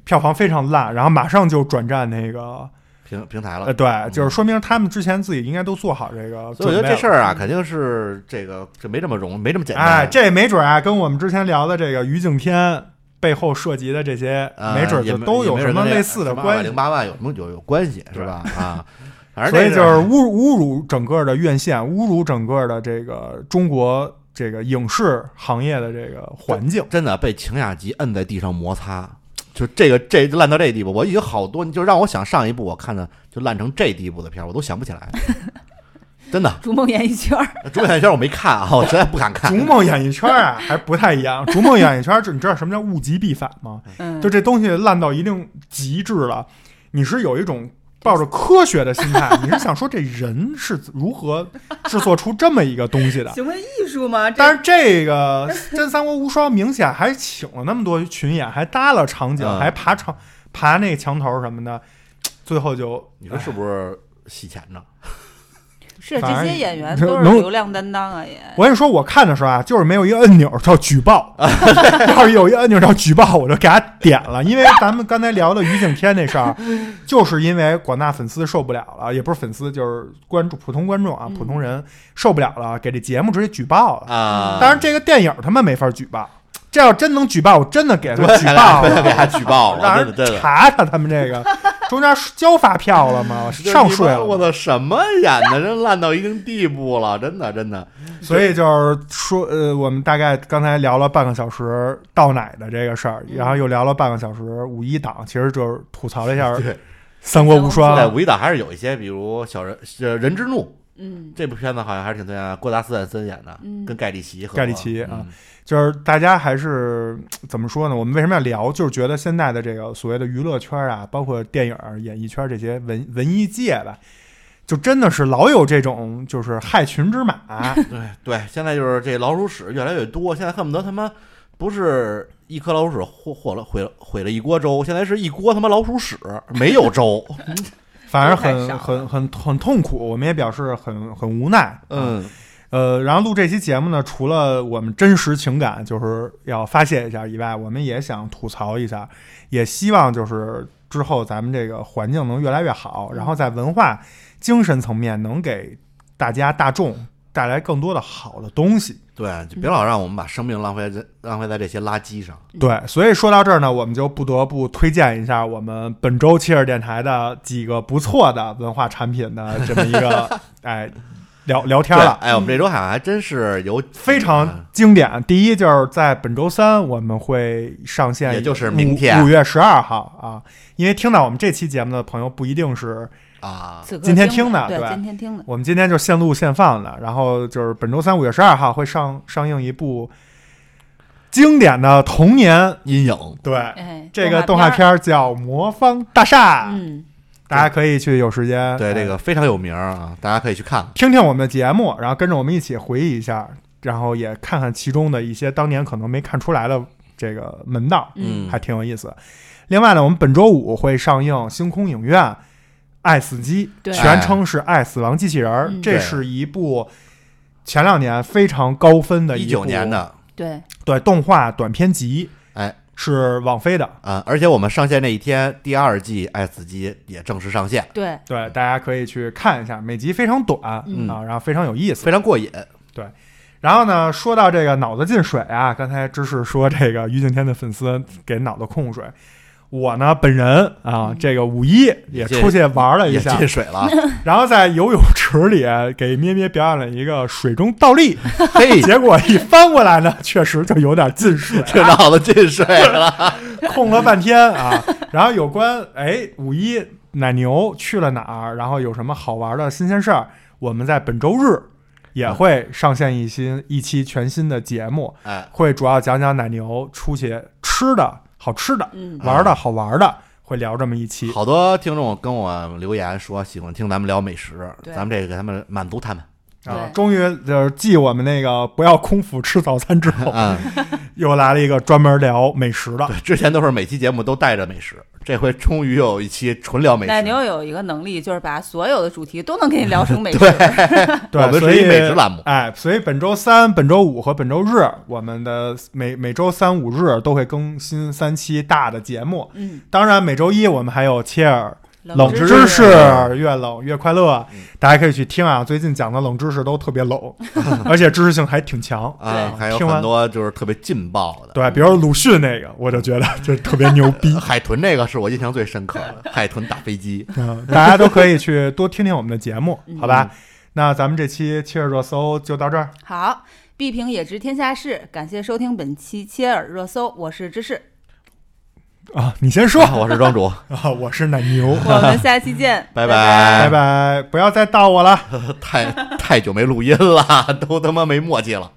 票房非常烂，然后马上就转战那个
平平台了
呃，。对，就是说明他们之前自己应该都做好这个准备了。
嗯所以我觉得这事儿啊，肯定是这个这没这么容，没这么简单。
嗯哎，这没准儿啊，跟我们之前聊的这个于敬天背后涉及的这些，
啊
没准儿
也
就都有什么类似的关系
零。八万有什么有有关系是吧？ 啊，反正
所以
这
就是侮侮辱整个的院线，侮辱整个的这个中国这个影视行业的这个环 境。
真的被晴雅集摁在地上摩擦，就这个这烂到这地步，我已经好多，就让我想上一部我看的就烂成这地步的片儿，我都想不起 来。真的，
逐梦演艺圈儿，
《主演圈》我没看啊，我实在不敢看
逐。梦演艺圈啊，还不太一 样。逐梦演艺圈，这你知道什么叫物极必反吗？
嗯，
就这东西烂到一定极致了，你是有一种抱着科学的心态，你是想说这人是如何制作出这么一个东西的？
行为艺术吗？这
但是这个《真三国无双》明显还请了那么多群演，还搭了场景，
嗯
还爬墙、爬那墙头什么的，最后就
你说是不是洗钱呢？
是
反
这
而
些演员
能
都是流量担当啊，也
我跟你说，我看的时候啊，就是没有一个按钮叫举 报，要是有一个按钮叫举报，我就给他点了。因为咱们刚才聊的于景天那事儿，就是因为广大粉丝受不了了，也不是粉丝，就是观众普通观众啊，普通人受不了了，给这节目直接举报了。
嗯啊，
当然， 这个电影他妈没法举报，这要真能举报，我真的 给他
对
举报
对
了，
给他举报
让
了，啊真的真
人
的。
查查他们这个中间交发票了吗？上税了
我
吗。
操，什么演的？真烂到一定地步了，真的真的。
所以就是说，呃，我们大概刚才聊了半个小时倒奶的这个事儿，然后又聊了半个小时五一档，其实就是吐槽了一下《
对，
三国无双啊
在》。五一档还是有一些，比如小人呃人之怒
嗯
这部片子，好像还是挺推荐的。郭达斯坦森演的，跟盖里奇和
盖里奇啊
嗯
就是大家还是嗯怎么说呢？我们为什么要聊？就是觉得现在的这个所谓的娱乐圈啊，包括电影、演艺圈这些文文艺界吧，就真的是老有这种就是害群之马，
对对，现在就是这老鼠屎越来越多，现在恨不得他妈不是一颗老鼠屎祸祸了毁了毁了一锅粥，现在是一锅他妈老鼠屎没有 粥。
反正
都太
很
少了
很很很痛苦，我们也表示很很无奈。
嗯，
呃，然后录这期节目呢，除了我们真实情感就是要发泄一下以外，我们也想吐槽一下，也希望就是之后咱们这个环境能越来越好，然后在文化精神层面能给大家大众带来更多的好的东西。
对，
嗯
就别老让我们把生命浪费在浪费在这些垃圾上。
对，所以说到这儿呢，我们就不得不推荐一下我们本周切尔电台的几个不错的文化产品的这么一个哎聊聊天
对
了。嗯
哎，我们这周好像还真是有
非常经典。第一就是在本周三我们会上线，
也就是明天
五月十二号啊。因为听到我们这期节目的朋友不一定是
啊，
此刻
今天听的对
对，
吧
今天听的。
我们今天就现录现放的，然后就是本周三五月十二号会上上映一部经典的童年，
阴影。
对
哎，
这个动
动
画
画
片儿叫《魔方大厦》，
嗯，
大家可以去有时间
对，
哎
这个非常有名儿啊，大家可以去看看。
听听我们的节目，然后跟着我们一起回忆一下，然后也看看其中的一些当年可能没看出来的这个门道，
嗯
还挺有意思。另外呢，我们本周五会上映星空影院《爱死机》，
对
全称是《爱死亡机器人儿》
嗯
这是一部前两年非常高分的
一
一
九
部
年的，
对，
对动画短片集，
哎，
是网飞的。
啊，而且我们上线那一天，第二季《爱死机》也正式上线，
对，
对，大家可以去看一下，每集非常短、
嗯
啊，然后非常有意思
非。常过瘾。
然后呢，说到这个脑子进水啊，刚才芝士说这个于景天的粉丝给脑子控水，我呢本人啊，这个五一也出去玩了一
嗯也
下，
进水 了，
然后在游泳池里给咩咩表演了一个水中倒立，
嘿，
结果一翻过来呢，确实就有点进水
这
啊、
脑子 进水了。
控了半天啊。 然后有关哎五一奶牛去了哪儿，然后有什么好玩的新鲜事儿，我们在本周日也会上线一新一期全新的节目。
哎，
会主要讲讲奶牛出去吃的好吃的、
嗯，
玩的好玩的，会聊这么一期。
好多听众跟我留言说喜欢听咱们聊美食，
对
咱们这个给他们满足他们。
啊
对，
终于就是继我们那个不要空腹吃早餐之后，
嗯，
又来了一个专门聊美食的。
对，之前都是每期节目都带着美食，这回终于有一期纯聊美食。啊
奶牛有一个能力，就是把所有的主题都能给你聊 成美食。
对，
我们
所
是一
以
美食栏目
哎，所以本周三、本周五和本周日，我们的每每周三五日都会更新三期大的节目。
嗯，
当然，每周一我们还有切尔冷
知
知
识
识，越冷越快乐，
嗯
大家可以去听啊。最近讲的冷知识都特别 冷，而且知识性还挺强。
啊，
对
还有
听完
很多就是特别劲爆的。
对，比如鲁迅那个，我就觉得就特别牛逼
海豚那个是我印象最深刻 的，海豚打飞机。
嗯，大家都可以去多听听我们的节目，好吧？
嗯
那咱们这期七日热搜就到这儿，
好，必评也知天下事。感谢收听本期切耳热搜，我是芝士，
啊！你先说
啊我是庄主，
啊，我是奶牛，
我们下期见，
拜
拜。
拜拜，不要再盗我了。
太太久没录音了，都他妈没默契了。